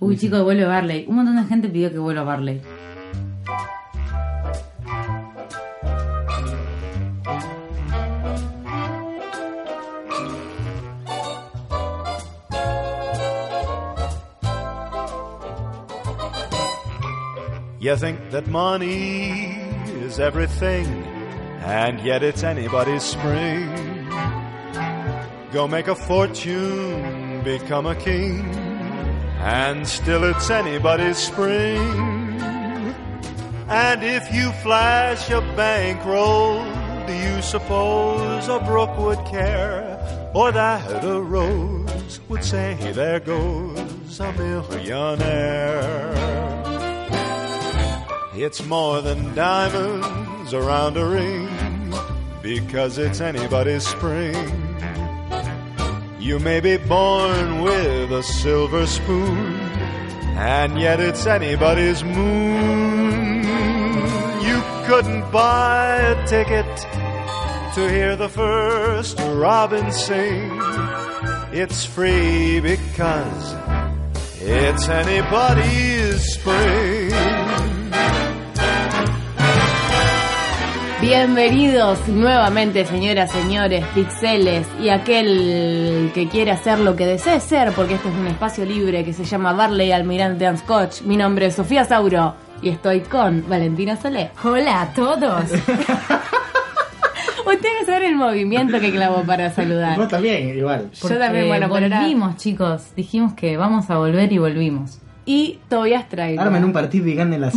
Uy, chicos, vuelve Barley. Un montón de gente pidió que vuelva Barley. You think that money is everything, and yet it's anybody's spring. Go make a fortune, become a king, and still it's anybody's spring. And if you flash a bankroll, do you suppose a brook would care, or that a rose would say, There goes a millionaire? It's more than diamonds around a ring because it's anybody's spring. You may be born with a silver spoon and yet it's anybody's moon. You couldn't buy a ticket to hear the first robin sing. It's free because it's anybody's spring. Bienvenidos nuevamente, señoras, señores, pixeles y aquel que quiere hacer lo que desee ser, porque este es un espacio libre que se llama Barley Almirante and Scotch. Mi nombre es Sofía Sauro y estoy con Valentina Solé. Hola a todos. Ustedes saben el movimiento que clavó para saludar. Vos también, igual. Yo también, bueno, pero era- volvimos, chicos. Dijimos que vamos a volver y volvimos. Y Tobias Traigo. Armen un partido y ganen las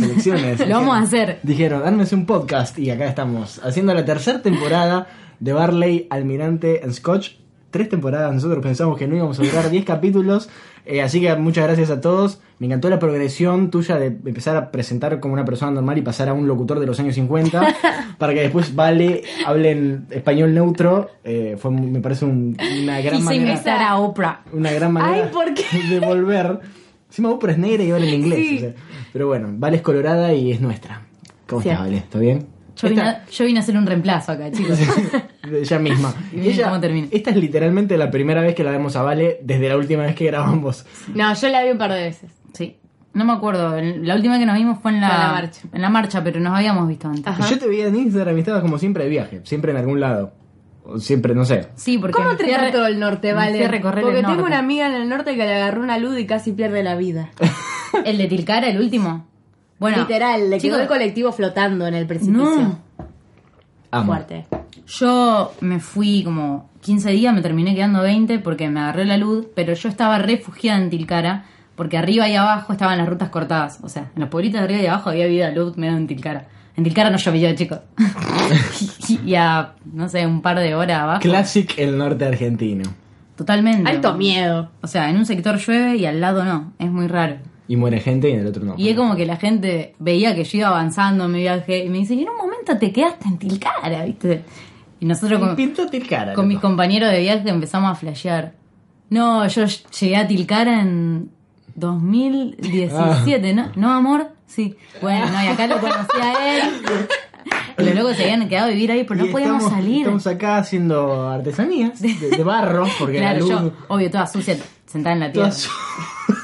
elecciones. Lo vamos a hacer. Dijeron, ármense un podcast y acá estamos, haciendo la tercera temporada de Barley, Almirante and Scotch. Tres temporadas, nosotros pensamos que no íbamos a durar 10 capítulos, eh, así que muchas gracias a todos. Me encantó la progresión tuya de empezar a presentar como una persona normal y pasar a un locutor de los años 50, para que después Vale hable en español neutro. Eh, fue, me parece un- una gran Y se manera invitar a Oprah. una gran manera Ay, ¿por qué? de volver. Encima Oprah es negra y habla en inglés. Sí. o sea. Pero bueno, Vale es colorada y es nuestra. ¿Cómo Sí. estás, Vale? ¿Todo bien? Yo vine, a, yo vine a hacer un reemplazo acá, chicos. De Ella misma. Y miren Ella- cómo termina. Esta es literalmente la primera vez que la vemos a Vale desde la última vez que grabamos. No, yo la vi un par de veces. Sí. No me acuerdo. el- La última que nos vimos fue en la, Fue en la marcha. Ah. En la marcha, pero nos habíamos visto antes. Ajá. Yo te veía en Instagram y estabas como siempre de viaje, siempre en algún lado. O siempre, no sé. Sí, porque ¿Cómo me fui a te re- todo el me norte, fui Vale? a recorrer Porque el tengo norte. una amiga en el norte que le agarró una luz y casi pierde la vida. ¿El de Tilcara, el último? Bueno, Literal, le chicos, quedó el colectivo flotando en el precipicio. No, Amo. Fuerte. yo me fui como 15 días, me terminé quedando 20 porque me agarré la luz, pero yo estaba refugiada en Tilcara porque arriba y abajo estaban las rutas cortadas. O sea, en los pueblitos de arriba y abajo había vida luz medio en Tilcara. En Tilcara no llovía, chicos. y a, no sé, un par de horas abajo. Classic el norte argentino. Totalmente. Alto miedo. O sea, en un sector llueve y al lado no. Es muy raro. Y muere gente y en el otro no. Y es como que la gente veía que yo iba avanzando en mi viaje y me dice, y en un momento te quedaste en Tilcara, ¿viste? Y nosotros con, Pintó Tilcara. con mis loco. compañeros de viaje empezamos a flashear. No, yo llegué a Tilcara en 2017, ¿no? ¿No, amor? Sí. Bueno, no, y acá lo conocí a él. Los locos se habían quedado a vivir ahí, pero Pues Y no podíamos estamos- salir. Estamos acá haciendo artesanías de, de barro, porque la claro, luz... yo, obvio, toda sucia, sentada en la Toda tierra.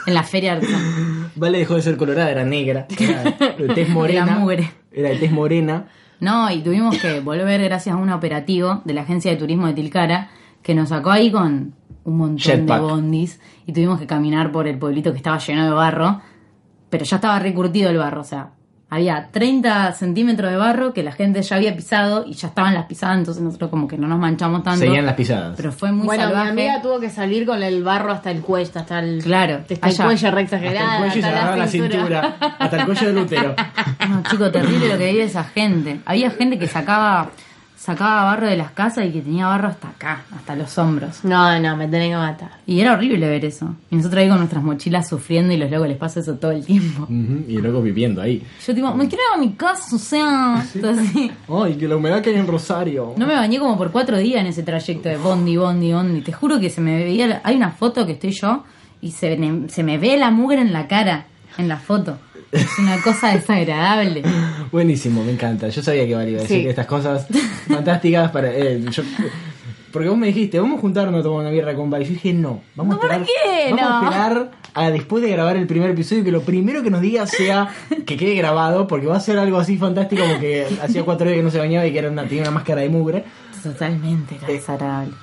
En la feria artesanal. Vale dejó de ser colorada, era negra. Era de tez morena. Era mugre. Era de tez morena. No, y tuvimos que volver gracias a un operativo de la agencia de turismo de Tilcara que nos sacó ahí con un montón Jetpack. de bondis y tuvimos que caminar por el pueblito que estaba lleno de barro, pero ya estaba recurtido el barro, o sea, había 30 centímetros de barro que la gente ya había pisado y ya estaban las pisadas, entonces nosotros como que no nos manchamos tanto. Seguían las pisadas. Pero fue muy bueno, salvaje. mi amiga tuvo que salir con el barro hasta el cuello, hasta el, Claro, hasta el allá. cuello re hasta el exagerado, cuello y se agarraba la cintura. Hasta el cuello del útero. No, chico, terrible lo que vive esa gente. Había gente que sacaba sacaba barro de las casas y que tenía barro hasta acá, hasta los hombros. No, no, me tenés que matar. Y era horrible ver eso. Y nosotros ahí con nuestras mochilas sufriendo y los locos les pasa eso todo el tiempo. Ujú, Y luego viviendo ahí. Yo tipo, me quiero ir a mi casa, o sea, todo así. Ay, que la humedad que hay en Rosario. No me bañé como por cuatro días en ese trayecto de bondi, bondi, bondi. Te juro que se me veía... la- Hay una foto que estoy yo y se, ne- se me ve la mugre en la cara, en la foto. Es una cosa desagradable. Buenísimo, me encanta. Yo sabía que Vale iba a decir Sí. estas cosas fantásticas para. eh, yo- porque vos me dijiste, vamos a juntarnos a tomar una birra con Vale. Yo dije, no. Vamos a No, ¿por esperar, qué? Vamos a No. esperar a después de grabar el primer episodio que lo primero que nos diga sea que quede grabado, porque va a ser algo así fantástico como que hacía cuatro días que no se bañaba y que era una, tenía una máscara de mugre. Totalmente desagradable.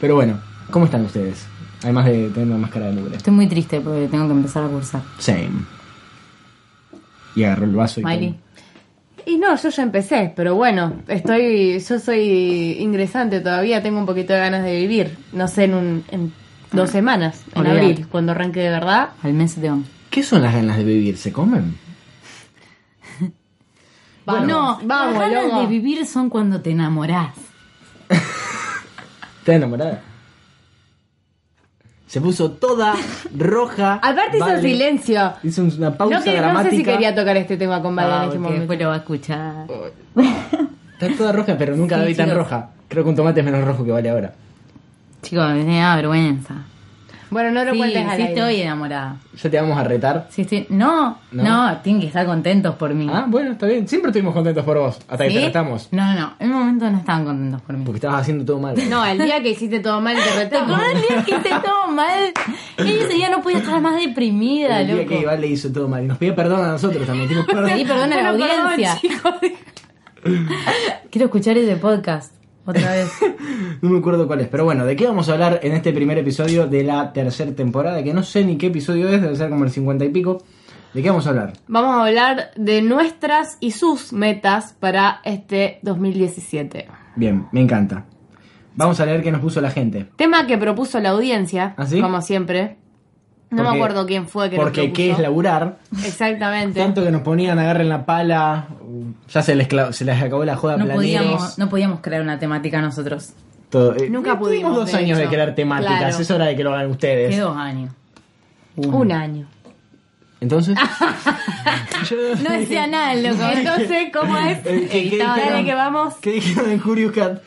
Pero bueno, ¿cómo están ustedes? Además de tener una máscara de mugre. Estoy muy triste porque tengo que empezar a cursar. Same. Y agarró el vaso y... Miley. Y no, yo ya empecé, pero bueno, estoy, yo soy ingresante todavía, tengo un poquito de ganas de vivir, no sé, en, un, en dos semanas, en Olvidate. abril, cuando arranque de verdad. Al mes de on. ¿Qué son las ganas de vivir? ¿Se comen? Vamos, no, vamos, las ganas loco. de vivir son cuando te enamorás. ¿Estás enamorada? Se puso toda roja. Aparte hizo vale. silencio. Hizo una pausa No, que- no dramática. sé si quería tocar este tema con Valen Ah, en este porque momento. después lo va a escuchar. Está toda roja, pero nunca la Sí, vi tan chicos. roja. Creo que un tomate es menos rojo que vale ahora. Chicos, me da vergüenza. Bueno, no lo sí, cuentes al sí aire. estoy enamorada. Ya te vamos a retar. Sí estoy... No, No. no, tienen que estar contentos por mí. Ah, bueno, está bien. Siempre estuvimos contentos por vos. Hasta que ¿Sí? te retamos. No, no, en un momento no estaban contentos por mí. Porque estabas haciendo todo mal. No, el día que hiciste todo mal te ¿Te retamos. acuerdas el día que hice todo mal? Y ese día no podía estar más deprimida, El día loco. que Vale hizo todo mal. Y nos pidió perdón a nosotros también. Tipo, perdón. Pedí perdón a la Bueno, perdón, audiencia. chicos. Quiero escuchar ese podcast otra vez. No me acuerdo cuál es. Pero bueno, ¿de qué vamos a hablar en este primer episodio de la tercera temporada? Que no sé ni qué episodio es, debe ser como el 50 y pico. ¿De qué vamos a hablar? Vamos a hablar de nuestras y sus metas para este 2017. Bien, me encanta. Vamos a leer qué nos puso la gente. Tema que propuso la audiencia, ¿Ah, sí? como siempre. No me Porque- acuerdo quién fue que lo Porque qué es propuso. laburar. Exactamente. Tanto que nos ponían agarren la pala. Ya se les, cla- se les acabó la joda a No planeros. podíamos, no podíamos crear una temática nosotros. Todo. Eh, Nunca tuvimos pudimos, dos de años hecho. de crear temáticas. Claro. Es hora de que lo hagan ustedes. Qué dos años. Un año. Entonces. Yo- No decía nada, loco. Entonces, ¿cómo es? Eh, ¿qué- qué este. Dale, dijeron? que vamos. ¿Qué dijeron en Curious Cat?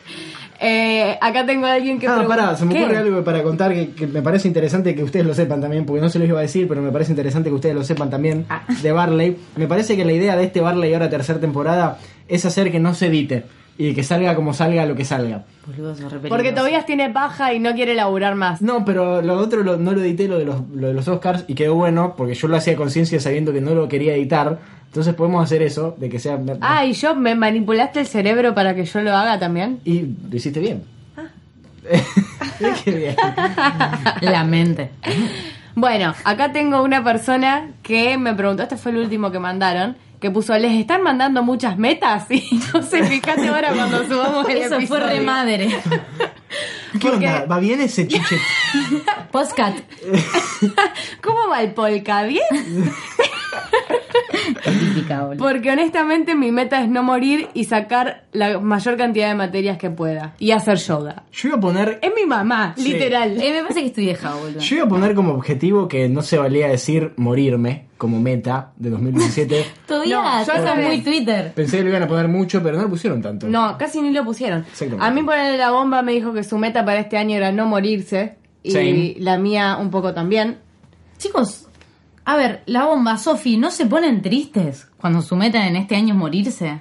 Eh, acá tengo a alguien que Ah, pregunta- pará, se me ¿Qué? ocurre algo para contar que, que me parece interesante que ustedes lo sepan también, porque no se los iba a decir, pero me parece interesante que ustedes lo sepan también Ah. de Barley. Me parece que la idea de este Barley ahora tercera temporada es hacer que no se edite y que salga como salga lo que salga. Boludo, sos re Porque peligroso. Tobias tiene paja y no quiere laburar más. No, pero lo otro lo- no lo edité, lo de, los, lo de los Oscars, y quedó bueno, porque yo lo hacía a conciencia sabiendo que no lo quería editar. Entonces podemos hacer eso, de que sea... Ah, y yo me manipulaste el cerebro para que yo lo haga también. Y lo hiciste bien. Ah. Qué bien. La mente. Bueno, acá tengo una persona que me preguntó, este fue el último que mandaron, que puso, les están mandando muchas metas y no sé, fíjate ahora cuando subamos el Eso fue re episodio. madre. ¿Qué onda? ¿Va bien ese chiche? Postcat. ¿Cómo va el polka? ¿Bien? Típica, boludo. Porque honestamente mi meta es no morir y sacar la mayor cantidad de materias que pueda. Y hacer yoga. Yo iba a poner Es mi mamá, Sí. literal. Eh, me parece que estoy vieja, boludo. Yo iba a poner como objetivo que no se valía decir morirme como meta de 2017. Todavía No, yo sos sabés. muy Twitter. Pensé que lo iban a poner mucho, pero no lo pusieron tanto. No, casi ni lo pusieron. Exactamente. A mí ponerle la bomba me dijo que su meta para este año era no morirse. Y Same. la mía un poco también. Chicos, a ver, la bomba, Sofi, ¿no se ponen tristes cuando su meta en este año es morirse?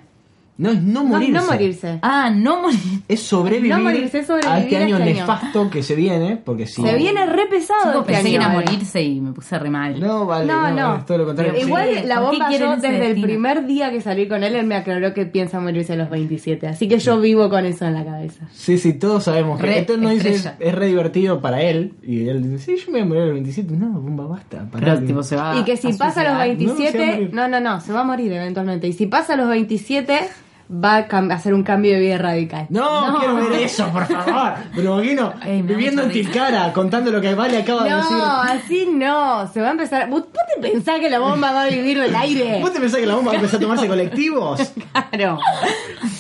No es no No, morirse. No, morirse. Ah, no morir. Es sobrevivir, No morirse, es sobrevivir a este año este año. nefasto que se viene, porque si... Se viene re pesado. Chicos, este pensé que año. era morirse y me puse re mal. No, vale, No, no, no. es todo lo contrario. Pero Igual Sí. la ¿Por qué bomba quieren yo ese desde el destino? primer día que salí con él, él me aclaró que piensa morirse a los 27. Así que yo vivo con eso en la cabeza. Sí, sí, todos sabemos que Re esto no dice, es, estrella. es re divertido para él. Y él dice, sí, yo me voy a morir a los 27. No, bomba, basta. pará. Pero tipo se va. y que si Ah, a pasa los suicidar. 27, morir. no, no, no, se va a morir eventualmente. Y si pasa los 27, va a cam- hacer un cambio de vida radical. No, No. quiero ver eso, por favor. Pero imagino Ey, me da viviendo en mucha risa. Tilcara, contando lo que Vale acaba de decir. No, así no. Se va a empezar. ¿Vos vos te pensás que la bomba va a vivir del aire? ¿Vos te pensás que la bomba va a empezar a tomarse colectivos? Claro.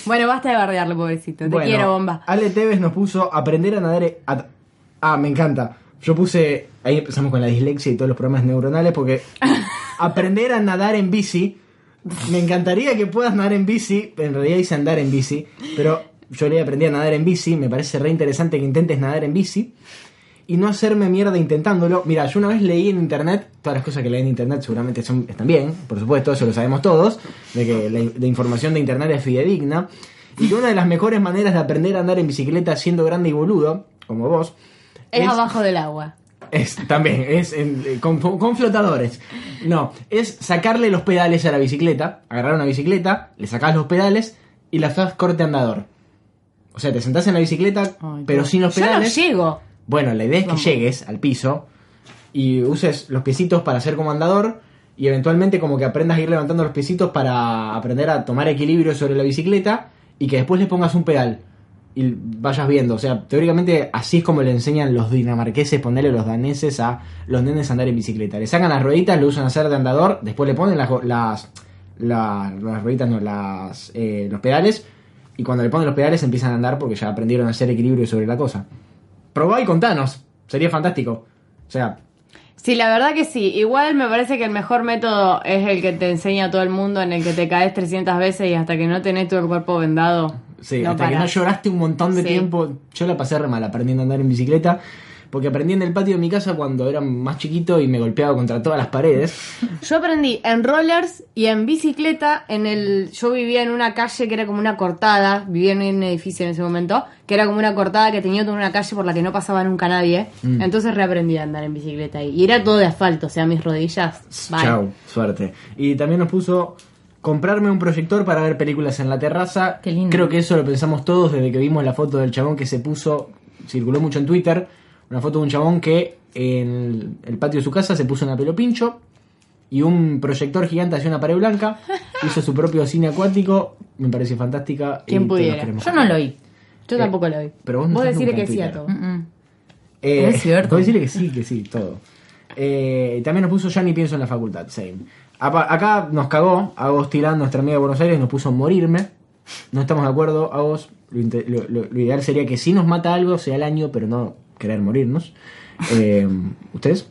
Bueno, basta de bardearlo, pobrecito. Te Bueno, quiero, bomba. Ale Tevez nos puso aprender a nadar. e- a- ah, me encanta. Yo puse. Ahí empezamos con la dislexia y todos los programas neuronales porque aprender a nadar en bici. Me encantaría que puedas nadar en bici. En realidad hice andar en bici. Pero yo le aprendí a nadar en bici. Me parece re interesante que intentes nadar en bici. Y no hacerme mierda intentándolo. Mira, yo una vez leí en internet, todas las cosas que leí en internet seguramente son, están bien, por supuesto, eso lo sabemos todos, de que la, in- la información de internet es fidedigna. Y que una de las mejores maneras de aprender a andar en bicicleta siendo grande y boludo, como vos, Es abajo del agua. Es, también, es en- eh, con, con flotadores. No, es sacarle los pedales a la bicicleta, agarrar una bicicleta, le sacás los pedales y la das corte andador. O sea, te sentás en la bicicleta, Ay, pero Dios. sin los Yo no pedales. llego. Bueno, la idea es que Vamos. llegues al piso y uses los piecitos para ser como andador y eventualmente como que aprendas a ir levantando los piecitos para aprender a tomar equilibrio sobre la bicicleta y que después le pongas un pedal y vayas viendo. O sea, teóricamente así es como le enseñan los dinamarqueses, ponerle los daneses a los nenes a andar en bicicleta. Le sacan las rueditas, lo usan a hacer de andador, después le ponen las... go- las la- las rueditas no, las, eh, los pedales y cuando le ponen los pedales empiezan a andar porque ya aprendieron a hacer equilibrio sobre la cosa probá y contanos. Sería fantástico. O sea, Sí, la verdad que sí. Igual me parece que el mejor método es el que te enseña a todo el mundo, en el que te caes 300 veces y hasta que no tenés todo el cuerpo vendado. sí, no hasta que no parás. lloraste un montón de Sí. tiempo. Yo la pasé re mal aprendiendo a andar en bicicleta. Porque aprendí en el patio de mi casa cuando era más chiquito y me golpeaba contra todas las paredes. Yo aprendí en rollers y en bicicleta en el yo vivía en una calle que era como una cortada, vivía en un edificio en ese momento, que era como una cortada que tenía toda una calle por la que no pasaba nunca nadie. Mm. Entonces reaprendí a andar en bicicleta ahí. y era todo de asfalto, o sea, mis rodillas. bye. Chau, suerte. Y también nos puso comprarme un proyector para ver películas en la terraza. Qué lindo. Creo que eso lo pensamos todos desde que vimos la foto del chabón que se puso, circuló mucho en Twitter, una foto de un chabón que en el patio de su casa se puso una pelo pincho y un proyector gigante hacia una pared blanca, hizo su propio cine acuático, me pareció fantástica. y ¿Quién todos pudiera? la queremos. Yo no lo vi. Yo Eh, tampoco lo vi. pero vos no estás decirle nunca que en sí a Twitter. todo. Mm, mm. Eh, Es cierto. puedo decirle que sí, que sí, todo. Eh, también nos puso ya ni pienso en la facultad, same. Apa- Acá nos cagó, Agos Tirán, nuestra amiga de Buenos Aires, nos puso morirme. No estamos de acuerdo, Agos. Lo, inte- lo- lo- lo ideal sería que si nos mata algo sea el año, pero no querer morirnos. Eh, ¿Ustedes?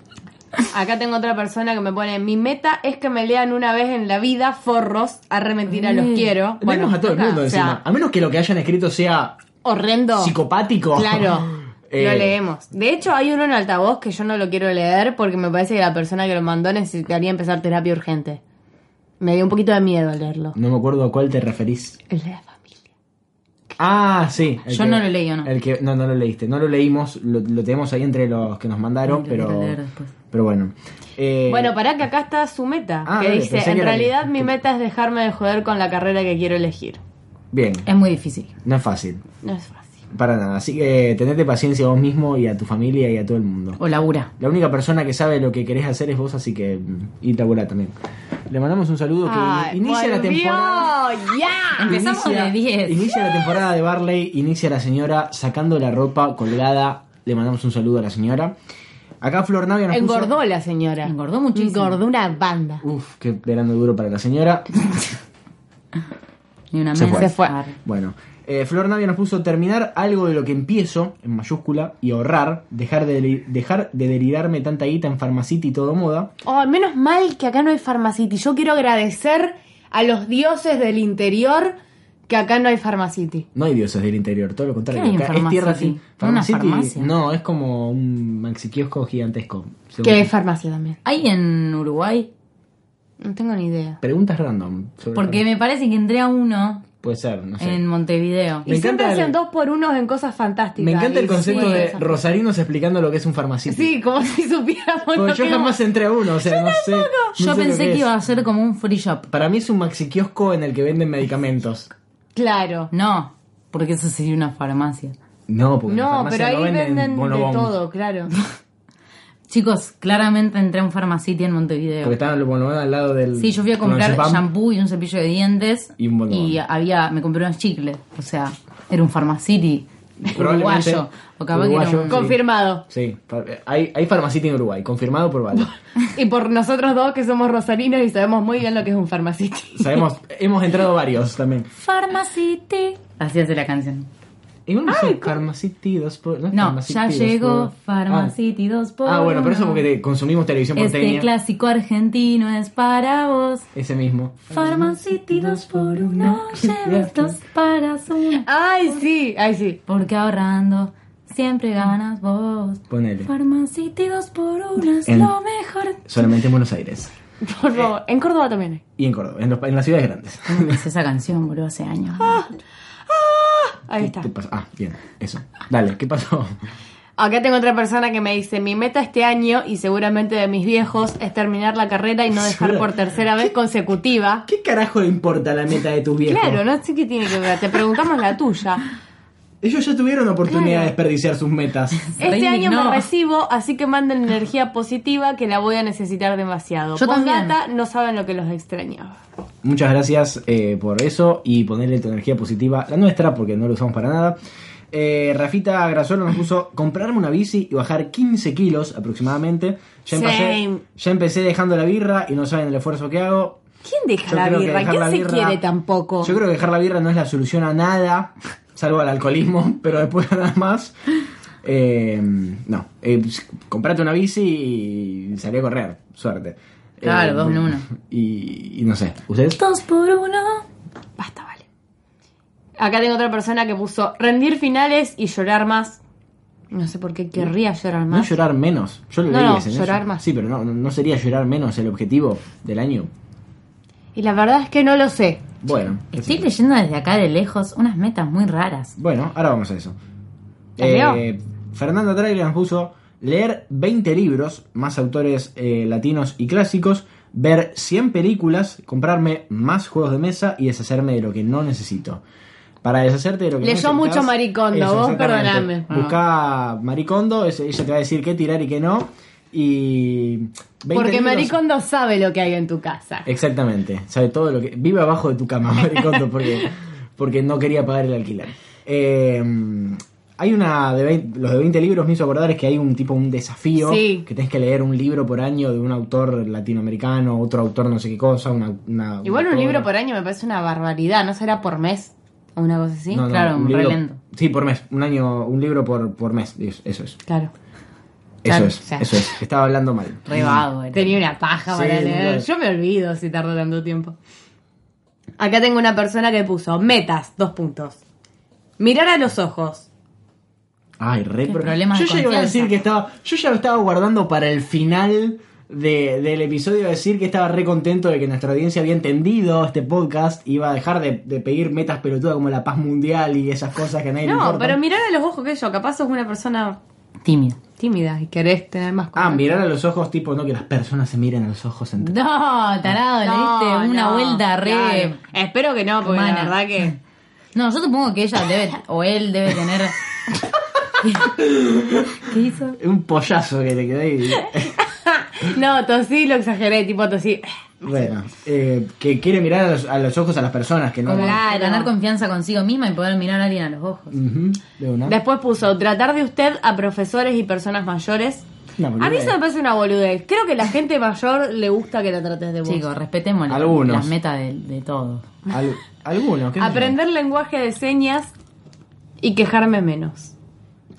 Acá tengo otra persona que me pone, mi meta es que me lean una vez en la vida forros, a rementir a los quiero. Tenemos Mm. a todo el acá, mundo o sea, encima. A menos que lo que hayan escrito sea horrendo. psicopático. Claro. Eh, lo leemos. De hecho, hay uno en altavoz que yo no lo quiero leer porque me parece que la persona que lo mandó necesitaría empezar terapia urgente. Me dio un poquito de miedo leerlo. No me acuerdo a cuál te referís. El de la familia. Ah, sí. el Yo no lo leí, ¿o no? El que, no, no lo leíste. No lo leímos, lo, lo tenemos ahí entre los que nos mandaron, Ay, lo pero. quiero leer después. Pero bueno. Eh, Bueno, pará que acá está su meta. Ah, que dale, dice, pensé en que era- realidad mi meta es dejarme de joder con la carrera que quiero elegir. Bien, Es muy difícil. no es fácil. No es fácil. Para nada. Así que eh, tenete paciencia a vos mismo y a tu familia y a todo el mundo. O labura. La única persona que sabe lo que querés hacer es vos, así que. mm, Y laburá también. Le mandamos un saludo que Ay, inicia la volvió. temporada. ¡Ya! Empezamos inicia, de 10. Inicia la temporada de Barley, inicia la señora sacando la ropa colgada. Le mandamos un saludo a la señora. Acá Flor Navia nos puso- Engordó la señora. Engordó muchísimo. Engordó una banda. Uf, qué verano duro para la señora. Ni una Se mesa. fue. Se fue. Arre. Bueno, eh, Flor Navia nos puso terminar algo de lo que empiezo, en mayúscula, y ahorrar, dejar de, deli- dejar de delidarme tanta guita en farmacita y todo moda. Oh, menos mal que acá no hay Pharmacity. Yo quiero agradecer a los dioses del interior que acá no hay Pharmacity. No hay dioses del interior, todo lo contrario. ¿Qué hay en Acá es tierra Farmacity? sin ¿Una Farmacity- farmacia? No, es como un maxi kiosco gigantesco. según- Que es farmacia también. ¿Hay en Uruguay? No tengo ni idea. Preguntas random. sobre Porque me parece que entré a uno farmacia. Puede ser, no sé. en Montevideo. Me y siempre encanta el- hacen dos por unos en cosas fantásticas. Me encanta el Y concepto sí, de esas- rosarinos explicando lo que es un farmacito. Sí, como si supiéramos. Porque lo yo que- jamás entré a uno, o sea, no sé. no Yo sé lo pensé que es. iba a ser como un free shop. Para mí es un maxi kiosco en el que venden medicamentos. Claro. No, porque eso sería una farmacia. No, porque en la No, farmacia pero ahí no venden, de Bonobon. todo, claro. Chicos, claramente entré a un farmacity en Montevideo. Porque estaban los bonobón al lado del. Sí, yo fui a comprar clonazepam. shampoo y un cepillo de dientes. Y un bombón. había, me compré unos chicles. O sea, era un farmacity Probablemente uruguayo. O capaz que uruguayo. era un... Confirmado. Sí, fa- hay, hay farmacito en Uruguay, confirmado por Vale. Y por nosotros dos que somos rosarinos y sabemos muy bien lo que es un Pharmacity. Sabemos, hemos entrado varios también. Farmacity. Así hace la canción. Igual no son Farmacity dos por. es No, Farmacity ya dos llegó por- Farmacity 2 por Ah. ah, bueno, pero eso uno. porque te- consumimos televisión Este porteña. clásico argentino es para vos. Ese mismo. Farmacity 2 por 1 llevas dos para una. Ay, sí, ay, sí. Porque ahorrando siempre ganas vos. Ponele. Farmacity 2 por 1 es En- lo mejor. Solamente en Buenos Aires. Por favor. En Córdoba también hay. Y en Córdoba, en, los- en las ciudades grandes. ¿Cómo me hice esa canción, boludo? Hace años. Ahí está. ¿Qué pasó? Ah, bien, eso. Dale, ¿qué pasó? Acá tengo otra persona que me dice, mi meta este año y seguramente de mis viejos es terminar la carrera y no dejar por tercera vez consecutiva. ¿Qué carajo le importa la meta de tus viejos? Claro, no sé qué tiene que ver, te preguntamos la tuya. Ellos ya tuvieron oportunidad de desperdiciar sus metas. Este Reini, año no. me recibo, así que manden energía positiva que la voy a necesitar demasiado. Yo también. Postdata, no saben lo que los extrañaba. Muchas gracias eh, por eso y ponerle tu energía positiva, la nuestra, porque no lo usamos para nada. Eh, Rafita Grazuelo nos puso comprarme una bici y bajar 15 kilos aproximadamente. Ya empecé, Same. ya empecé dejando la birra y no saben el esfuerzo que hago. ¿Quién deja Yo la creo que birra? dejar ¿Quién la se birra- quiere tampoco? Yo creo que dejar la birra no es la solución a nada, salvo al alcoholismo, pero después nada más. Eh, no, eh, s- comprate una bici y salí a correr, suerte. Eh, Claro, dos en uno. Y, y no sé, ¿ustedes? Dos por uno. Basta, vale. Acá tengo otra persona que puso rendir finales y llorar más. No sé por qué querría llorar No más. llorar menos. Yo lo No, leí no, ese, llorar más. Sí, pero no, no sería llorar menos el objetivo del año. y la verdad es que no lo sé. Bueno, Estoy es- leyendo desde acá de lejos unas metas muy raras. bueno, ahora vamos a eso. ¿Las leo? Fernanda Trailer nos puso leer 20 libros, más autores eh, latinos y clásicos, ver 100 películas, comprarme más juegos de mesa y deshacerme de lo que no necesito. Para deshacerte de lo que Leyó no necesitas- mucho Marie Kondo, Eso, vos exactamente. perdoname. Buscá Maricondo, ella te va a decir qué tirar y qué no. Y 20 Porque libros- Eh, Maricondo sabe lo que hay en tu casa. Exactamente, sabe todo lo que. Vive abajo de tu cama, Maricondo, porque, porque no quería pagar el alquiler. Eh, hay una. De vein- los de 20 libros me hizo acordar es que hay un tipo, un desafío. Sí. Que tenés que leer un libro por año de un autor latinoamericano, otro autor no sé qué cosa, una. una- Igual un autora. libro por año me parece una barbaridad, ¿no será por mes? ¿O una cosa así? No, no, Claro, un re libro- lento. Sí, por mes. Un año, un libro por, por mes. Eso es. Eso es. Claro. Claro, Eso es. o sea. Eso es. Estaba hablando mal. Re vago. era. Tenía una paja Sí, para no. leer. Yo me olvido si tardo tanto tiempo. Acá tengo una persona que puso metas, dos puntos. Mirar a los ojos. Ay, re Qué pro- problemas Yo de ya iba a confianza. decir que estaba. Yo ya lo estaba guardando para el final de- del episodio. iba a Decir que estaba re contento de que nuestra audiencia había entendido este podcast. Iba a dejar de, de pedir metas pelotudas como la paz mundial y esas cosas que a nadie le No, importan. pero mirar a los ojos, que yo, capaz sos una persona Tímido. tímida y querés tener más Ah, contacto. mirar a los ojos, tipo, no que las personas se miren a los ojos. entre- No, tarado, le diste No, una no, vuelta re. claro. Espero que no, porque humana. la verdad que. No, yo supongo que ella debe, o él debe tener. ¿Qué- ¿Qué hizo? Un pollazo que te quedó ahí. No, tosí lo exageré, tipo tosí. bueno, eh, que quiere mirar a los, a los ojos a las personas que no. Como Claro. ganar confianza consigo misma y poder mirar a alguien a los ojos. Ujú, de una. Después puso tratar de usted a profesores y personas mayores. Una A mí boludez. eso me parece una boludez. Creo que la gente mayor le gusta que la trates de vos. Chicos, respetemos la- Algunos. las metas de, de todos. eh, Al- algunos, ¿qué sé yo. Aprender lenguaje de señas y quejarme menos.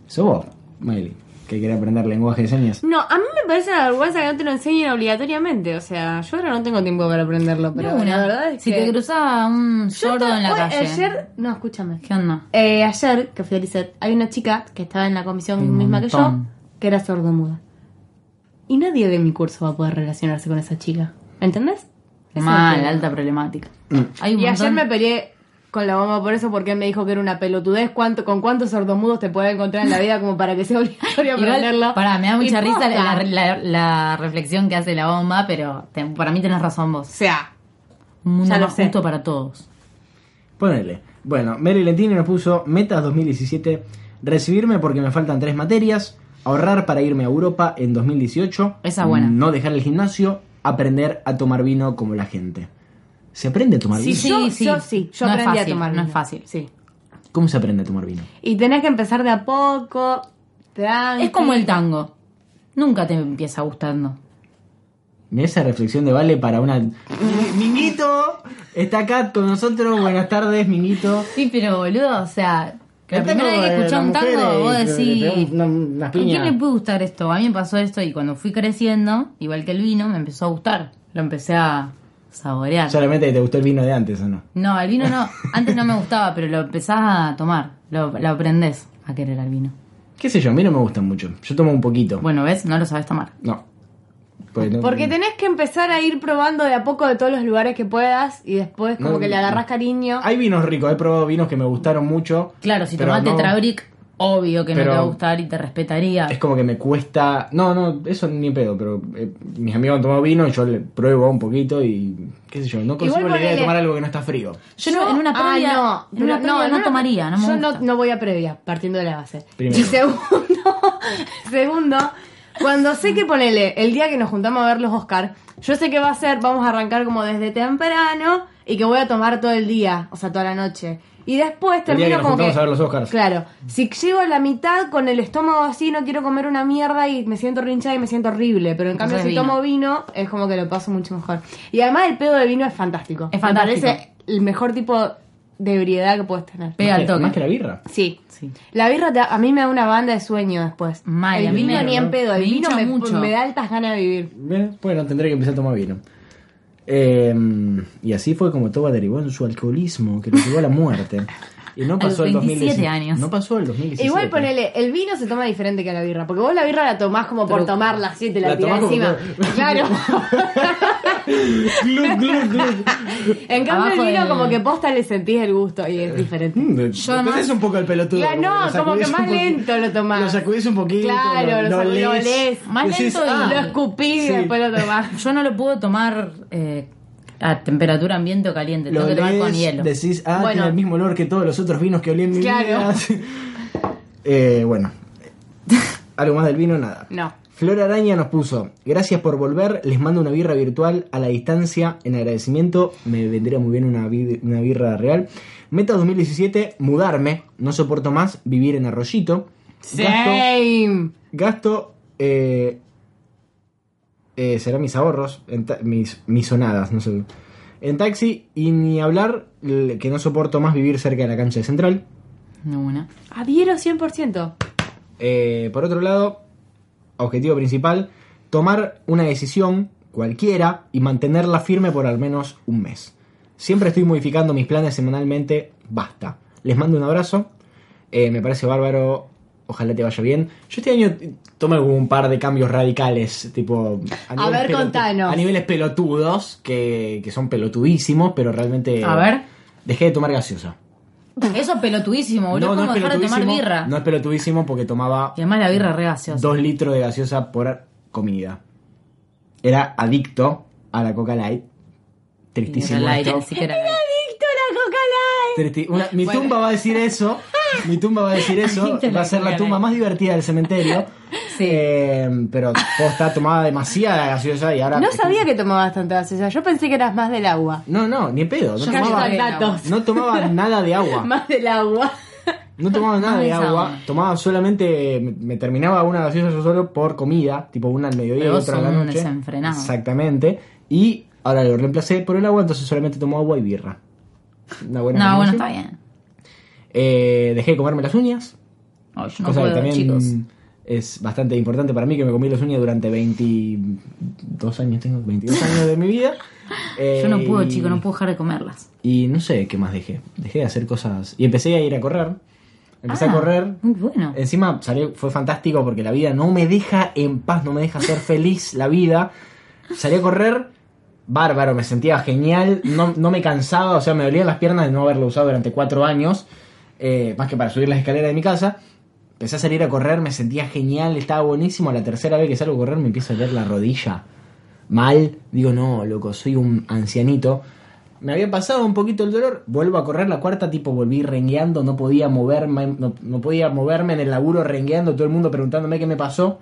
Sos vos, Miley, que quiere aprender lenguaje de señas. No, a mí me parece una vergüenza que no te lo enseñen obligatoriamente. O sea, yo ahora no tengo tiempo para aprenderlo, pero De una. la verdad es si que... te cruzaba un Yo sordo to- en la hoy- calle. Ayer... No, escúchame. ¿Qué onda? Eh, ayer, que fui a Lisette, hay una chica que estaba en la comisión Un misma que yo, montón. que era sordomuda. Y nadie de mi curso va a poder relacionarse con esa chica. ¿Entendés? Eso no Mal, tiene. alta problemática. Hay un Mm. Y ayer montón- me peleé con la mamá por eso porque él me dijo que era una pelotudez. ¿Cuánto, ¿Con cuántos sordomudos te puede encontrar en la vida como para que sea obligatorio Igual, aprenderlo? Pará, me da Y mucha risa posta. la, la- la reflexión que hace la bomba, pero te- para mí tenés razón O vos. sea, Un mundo Ya lo más sé. justo para todos. Ponele. Bueno, Mary Lentini nos puso metas 2017, recibirme porque me faltan tres materias, ahorrar para irme a Europa en 2018, Esa buena. no dejar el gimnasio, aprender a tomar vino como la gente. ¿Se aprende a tomar Sí, vino? sí. yo, yo sí, yo No es aprendí fácil, a tomar no es vino. fácil. Sí. ¿Cómo se aprende a tomar vino? Y tenés que empezar de a poco, tranqui. Es como el tango. Nunca te empieza gustando. Mirá Esa reflexión de Vale para una... Minguito está acá con nosotros, buenas tardes, Minguito. Sí, pero boludo, o sea, la primera vez eh, que escuchás un eh, tango, vos decís. ¿A quién le puede gustar esto? A mí me pasó esto y cuando fui creciendo, igual que el vino, me empezó a gustar. Lo empecé a saborear. Solamente te gustó el vino de antes, ¿o no? No, el vino no. Antes no me gustaba, pero lo empezás a tomar. Lo, lo aprendés a querer al vino. Qué sé yo, a mí no me gustan mucho. Yo tomo un poquito. Bueno, ¿ves? No lo sabes tomar. No. Porque, no- Porque tenés que empezar a ir probando de a poco de todos los lugares que puedas y después como No, que le no. agarrás cariño. Hay vinos ricos, he probado vinos que me gustaron mucho. Claro, si pero tomás no- Tetrabric, obvio que no Pero- te va a gustar y te respetaría. Es como que me cuesta. No, no, eso ni pedo, pero eh, mis amigos han tomado vino y yo le pruebo un poquito y. qué sé yo, no consigo la idea de ponele- tomar algo que no está frío. Yo, no- en una Ah, previa, no, en una pero- previa no, en una- tomaría, no me Yo no, gusta. no voy a previa, partiendo de la base. Primero. Y segundo, segundo, cuando sé que ponele, el día que nos juntamos a ver los Oscar, yo sé que va a ser, vamos a arrancar como desde temprano y que voy a tomar todo el día, o sea, toda la noche. Y después El termino día que nos como juntamos que- a ver los Oscars. Claro, si llego a la mitad con el estómago así, no quiero comer una mierda y me siento rinchada y me siento horrible. Pero en cambio, si Entonces vino. tomo vino, es como que lo paso mucho mejor. Y además, el pedo de vino es fantástico. Es fantástico. Me parece el mejor tipo de ebriedad que puedes tener. Pega Más al que- Más toque. que la birra. Sí. Sí. La birra te- a mí me da una banda de sueño después. Mal, a el mí vino me- ni en pedo, el me vino hincha me, mucho. me da altas ganas de vivir. Bien, Bueno, tendré que empezar a tomar vino. Eh, y así fue como Toba derivó en su alcoholismo, que lo llevó a la muerte. Y no A pasó los el 27 2017. años. No pasó el 2017. Igual ponele, el vino se toma diferente que la birra, porque vos la birra la tomás como por Pero- tomarla así, te la, La tirás tomás como encima. por- Claro. Gluc, gluc, gluc. En cambio Abajo el vino del- como que posta le sentís el gusto y es diferente. Mm, Yo te además- haces un poco el pelotudo. Claro, no, lo como que sacudís más un poqui- lento lo tomás. Lo sacudís un poquito. Claro, lo sacu- lo olés. Más lento y Lo Ah. escupís y Sí. después lo tomás. Yo no lo puedo tomar eh, a temperatura ambiente o caliente, Lo tengo que tomar con olés, hielo. Decís, ah, Bueno. tiene el mismo olor que todos los otros vinos que olí en mi Claro. vida. Eh, bueno. Algo más del vino, nada. No. Flor Araña nos puso, gracias por volver, les mando una birra virtual a la distancia, en agradecimiento, me vendría muy bien una, bi- una birra real. Meta 2017, mudarme, no soporto más vivir en Arroyito. Gasto, Same. gasto eh, eh, será mis ahorros, en ta- mis, mis sonadas, no sé. En taxi y ni hablar l- que no soporto más vivir cerca de la cancha de Central. No, una. Adhiero 100%. Eh, por otro lado, objetivo principal, tomar una decisión cualquiera y mantenerla firme por al menos un mes. Siempre estoy modificando mis planes semanalmente, basta. Les mando un abrazo, eh, me parece bárbaro, ojalá te vaya bien. Yo este año eh, tomé como un par de cambios radicales, tipo... A ver, pelotu- contanos. A niveles pelotudos, que, que son pelotudísimos, pero realmente... A ver. Dejé de tomar gaseosa. Eso es pelotudísimo, boludo. no ¿Cómo dejar de tomar pelotudísimo, birra? No es pelotudísimo porque tomaba Y además la birra es re gaseosa. dos litros de gaseosa por comida. Era adicto a la Coca Light. Tristísimo. Era light, esto. ni siquiera light. Adicto a la coca light. Tristi- una- mi Bueno. tumba va a decir eso. Mi tumba va a decir eso. Adicto a la Va a ser Coca la tumba Light. más divertida del cementerio. Sí. Eh, pero posta tomaba demasiada gaseosa y ahora. No sabía que tomabas tanta gaseosa. Yo pensé que eras más del agua. No, no, ni en pedo. No Yo tomaba, casi datos. no tomaba nada de agua. Más del agua. No tomaba nada Más de desagüe. agua, tomaba solamente, me, me terminaba una gaseosa yo solo por comida, tipo una al mediodía y Pero vos otra a la sos un noche. desenfrenado. Exactamente. Y ahora lo reemplacé por el agua, entonces solamente tomo agua y birra. Una buena No, bueno, combinación. está bien. Eh, dejé de comerme las uñas, Ay, yo no cosa puedo, que también chicos. es bastante importante para mí, que me comí las uñas durante 22 años, tengo 22 años de mi vida. Yo no Eh, puedo, y- chicos, no puedo dejar de comerlas. Y no sé qué más dejé. Dejé de hacer cosas. Y empecé a ir a correr. Empecé Ah, a correr. Eh, Muy bueno. Encima salió, fue fantástico porque la vida no me deja en paz, no me deja ser feliz la vida. Salí a correr, bárbaro, me sentía genial, no, no me cansaba, o sea, me dolían las piernas de no haberlo usado durante cuatro años, eh, más que para subir las escaleras de mi casa. Empecé a salir a correr, me sentía genial, estaba buenísimo. La tercera vez que salgo a correr me empieza a doler la rodilla. Mal, digo, no, loco, soy un ancianito. Me había pasado un poquito el dolor, vuelvo a correr la cuarta, tipo volví rengueando, no podía moverme, no, no podía moverme en el laburo rengueando, todo el mundo preguntándome qué me pasó.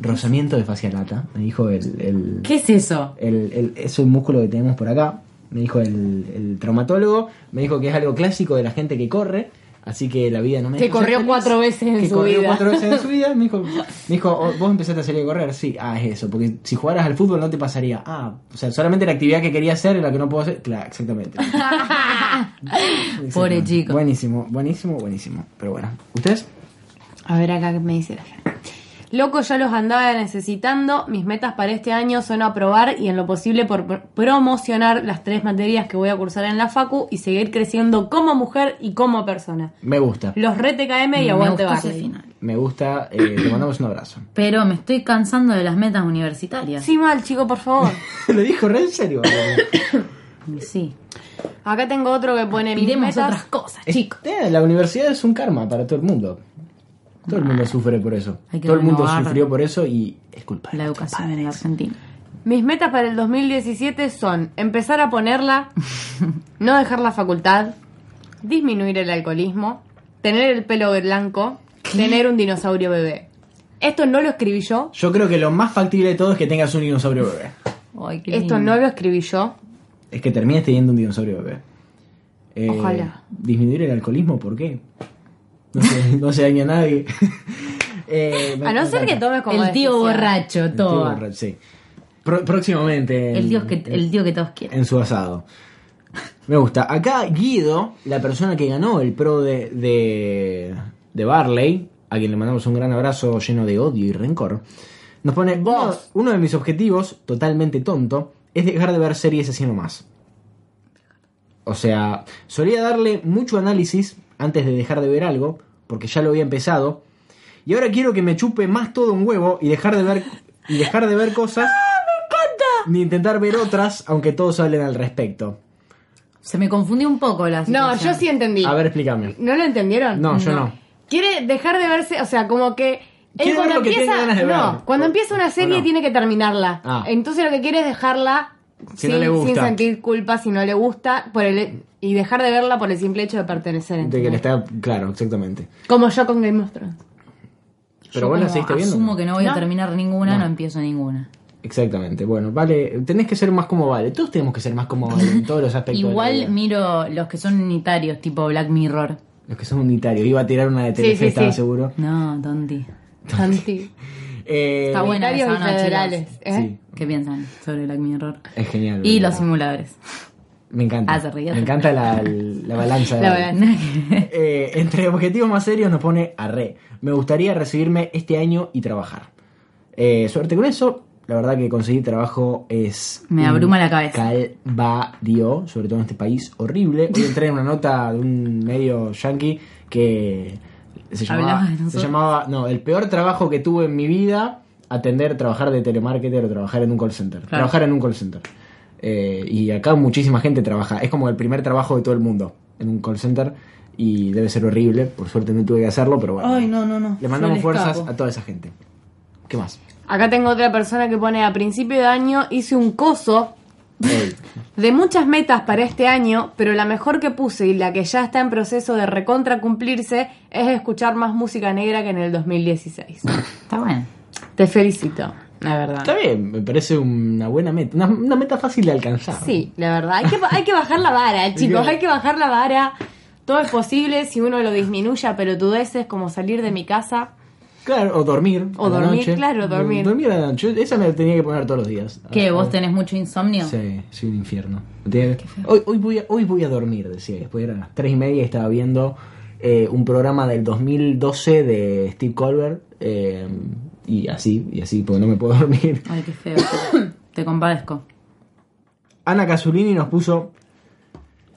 Rozamiento de facialata, me dijo el, el, ¿Qué es eso? el- el- es un músculo que tenemos por acá, me dijo el, el traumatólogo, me dijo que es algo clásico de la gente que corre, así que la vida no me Que deja ser corrió feliz, cuatro veces en que su corrió vida. cuatro veces en su vida, me dijo, me dijo, "Oh, vos empezaste a salir a correr, sí, ah, es eso, porque si jugaras al fútbol no te pasaría, ah, o sea, solamente la actividad que quería hacer y la que no puedo hacer, claro, exactamente. Exactamente. Pobre chico. Buenísimo, buenísimo, buenísimo, pero bueno, ¿ustedes? A ver acá qué me dice la gente. Loco, ya los andaba necesitando. Mis metas para este año son aprobar y en lo posible por pr- promocionar las tres materias que voy a cursar en la Facu y seguir creciendo como mujer y como persona. Me gusta, Los re TKM y Mm, Me aguante gustó ese Barley. final. me gusta, eh, te mandamos un abrazo. Pero me estoy cansando de las metas universitarias. Sí, mal, chico, por favor. Lo dijo re en serio. Sí. Acá tengo otro que pone mis Miremos metas. otras cosas, Es- chicos. eh, La universidad es un karma para todo el mundo. Todo el mundo sufre por eso. Ah. Hay que Todo el mundo renovar. sufrió por eso y es culpa de La nuestros educación en padres. la Argentina. Mis metas para el 2017 son empezar a ponerla, no dejar la facultad, disminuir el alcoholismo, tener el pelo blanco, tener un dinosaurio bebé. Esto no lo escribí yo, Yo creo que lo más factible de todo es que tengas un dinosaurio bebé. Ay, qué esto lindo. no lo escribí yo. Es que termines teniendo un dinosaurio bebé. Eh, Ojalá. Disminuir el alcoholismo, ¿por qué? No se, no se daña a nadie. Eh, me- A no me ser que encanta. tomes como El tío decisión. borracho, El tío todo. borracho, sí. Pro- próximamente. en- El, dios que, el tío que todos quieren. en su asado. Me gusta. Acá Guido, la persona que ganó el pro de, de, de Barley, a quien le mandamos un gran abrazo lleno de odio y rencor, nos pone, uno, Vos. uno de mis objetivos, totalmente tonto, es dejar de ver series así nomás. O sea, solía darle mucho análisis antes de dejar de ver algo, porque ya lo había empezado, y ahora quiero que me chupe más todo un huevo y dejar de ver y dejar de ver cosas. Ni intentar ver otras, aunque todos hablen al respecto. Se me confundió un poco la No, situación. yo sí entendí. A ver, explícame. ¿No lo entendieron? No, yo no. Quiere dejar de verse, o sea, como que. Quiere ver lo que tenga ganas de no, ver. cuando empieza una serie no? tiene que terminarla. Ah. Entonces lo que quiere es dejarla Si sin, no le gusta. sin sentir culpa si no le gusta por el, e-, y dejar de verla por el simple hecho de pertenecer. De que le ¿entendés? está claro, exactamente. Como yo con Game of Thrones. Pero vos la seguiste viendo. Asumo que no voy No. a terminar ninguna, No. no empiezo ninguna. Exactamente. Bueno, vale, tenés que ser más como vale. Todos tenemos que ser más como vale en todos los aspectos. de la vida. Igual miro los que son unitarios, tipo Black Mirror. los que son unitarios. Iba a tirar una de Sí, sí, Telefe, estaba sí. seguro. No, tonti. Santi. Eh, Está buena Unitarios esa, y ¿no, chicas? federales. ¿eh? Sí, ¿Qué piensan sobre Black Mirror? es genial. Y boludo. los simuladores. Me encanta. Ah, se ríe. Me encanta la, la balanza. La balanza. Eh, entre objetivos más serios nos pone arre. Me gustaría recibirme este año y trabajar. Eh, suerte con eso. La verdad que conseguir trabajo es... Me un abruma la cabeza. Calvario, sobre todo en este país horrible. Hoy entré en una nota de un medio yankee que se llamaba... Hablaba de nosotros. Se llamaba... No, el peor trabajo que tuve en mi vida, atender, trabajar de telemarketer o trabajar en un call center. Claro. Trabajar en un call center. Eh, y acá muchísima gente trabaja. Es como el primer trabajo de todo el mundo en un call center. Y debe ser horrible. Por suerte no tuve que hacerlo, pero bueno. no, no. Le mandamos fuerzas a toda esa gente. ¿Qué más? Acá tengo otra persona que pone a principio de año hice un coso Ey, De muchas metas para este año, pero la mejor que puse y la que ya está en proceso de recontra cumplirse es escuchar más música negra que en el 2016. Está bueno. Te felicito, la Está verdad. bien, me parece una buena meta. Una, una meta fácil de alcanzar. Sí, la verdad. Hay que, hay que bajar la vara, chicos, hay que bajar la vara. Todo es posible si uno lo disminuya, pero tú es como salir de mi casa. Claro, o dormir. O a la dormir, noche. claro, dormir. Dormir a la noche. Esa me la tenía que poner todos los días. ¿Qué? Ah, ¿Vos ah, tenés mucho insomnio? Sí, soy un infierno. Tenía- Hoy, hoy, voy a, hoy voy a dormir, decía. Después eran las 3 y media y estaba viendo eh, un programa del 2012 de Steve Colbert. eh, y así, y así, porque no me puedo dormir. Ay, qué feo. Te compadezco. Ana Casulini nos puso.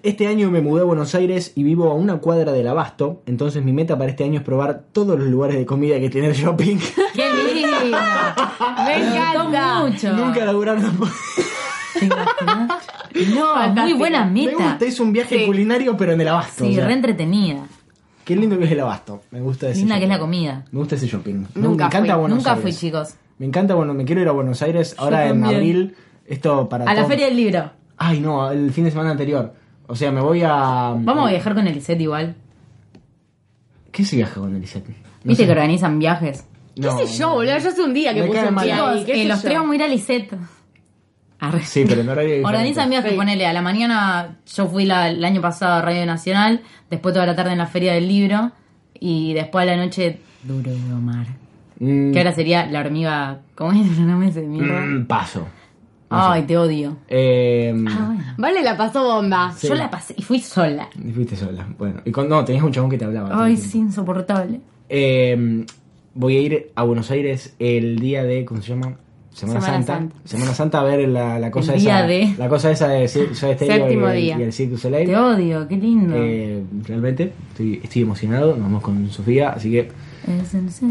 Este año me mudé a Buenos Aires y vivo a una cuadra del abasto, entonces mi meta para este año es probar todos los lugares de comida que tiene el shopping. ¡Qué lindo! Me encanta. mucho. Nunca laburar no ¿Te imaginas? No, muy Fantástico. buena Me meta. gusta, es un viaje Sí. culinario pero en el abasto. o Sí, sea, re entretenida. Qué lindo que es el abasto, me gusta ese Linda que es la shopping. comida. Me gusta ese shopping. No, Nunca me encanta fui, Buenos Nunca Aires. fui, chicos. Me encanta, bueno, me quiero ir a Buenos Aires ahora en también. abril. Esto para A la todo- Feria del Libro. Ay, no, el fin de semana anterior. O sea, me voy a mm, Vamos a viajar con el set igual. ¿Qué se viaja con Elisette? ¿Viste que organizan viajes? ¿Qué sé yo, boludo? Yo hace un día que Me puse cae un mal. pie ahí, Chicos, ¿qué eh, sé los yo? tres vamos a ir a Lisette. Arre. Sí, pero en horario diferente. Organizan viajes, Sí. ponele, a la mañana yo fui la- el año pasado a Radio Nacional, después toda la tarde en la Feria del Libro y después a la noche Duro de Omar. Mm, Que ahora sería la hormiga... ¿Cómo es? No me sé, mierda. mm, paso. Ay, te odio. Ah, Eh, Vale, la pasó bomba. Yo la pasé y fui sola. y Fuiste sola. Bueno, y con, no, tenías un chabón que te hablaba. todo Ay, el tiempo. sí, insoportable. Eh, voy a ir a Buenos Aires el día de, ¿cómo se llama? Semana Semana, Santa. Santa. Semana Santa a ver la, la cosa El día esa. de- La cosa esa de Cir- Soda Stereo Séptimo y, el- día. y el Cirque du Soleil. Te odio, qué lindo. Eh, realmente estoy, estoy emocionado. Nos vamos con Sofía, así que Es el ser-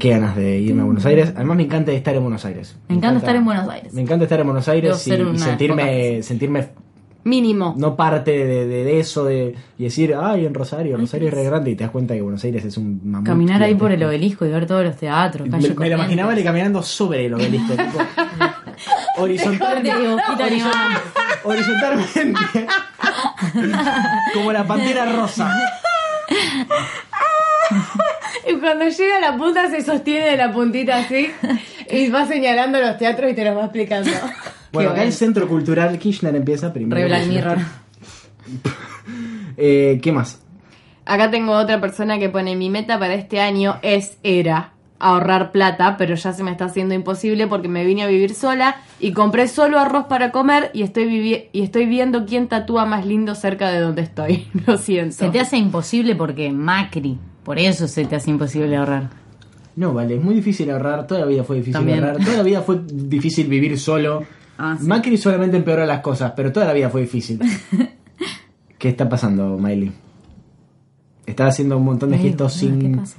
qué ganas de irme a Buenos Aires. Además, me encanta estar en Buenos Aires. Me encanta estar en Buenos Aires. Me encanta estar en Buenos Debo Aires y, ser y una de las sentirme, sentirme Mínimo. no parte de, de- de eso de, y decir, ay, en Rosario, Rosario es re grande y te das cuenta que Buenos Aires es un mamut Caminar ahí por el gigantesco. obelisco y ver todos los teatros. calle Me, me lo Corrientes. imaginaba él caminando sobre el obelisco, tipo, horizontal, Corte de boquita animal. horizontalmente, como la pantera rosa. Y cuando llega la punta se sostiene de la puntita así y va señalando los teatros y te los va explicando. Bueno, Qué acá el Centro Cultural Kirchner empieza primero. Re Black Mirror. Eh, ¿Qué más? Acá tengo otra persona que pone mi meta para este año es era ahorrar plata, pero ya se me está haciendo imposible porque me vine a vivir sola y compré solo arroz para comer y estoy vivi- y estoy viendo quién tatúa más lindo cerca de donde estoy. Lo siento. Se te hace imposible porque Macri. Por eso se te hace imposible ahorrar. No, vale, es muy difícil ahorrar, toda la vida fue difícil También. ahorrar, toda la vida fue difícil vivir solo. Ah, sí. Macri solamente empeoró las cosas, pero toda la vida fue difícil. ¿Qué está pasando, Miley? Está haciendo un montón de Ey, gestos boludo, sin... ¿Qué pasa?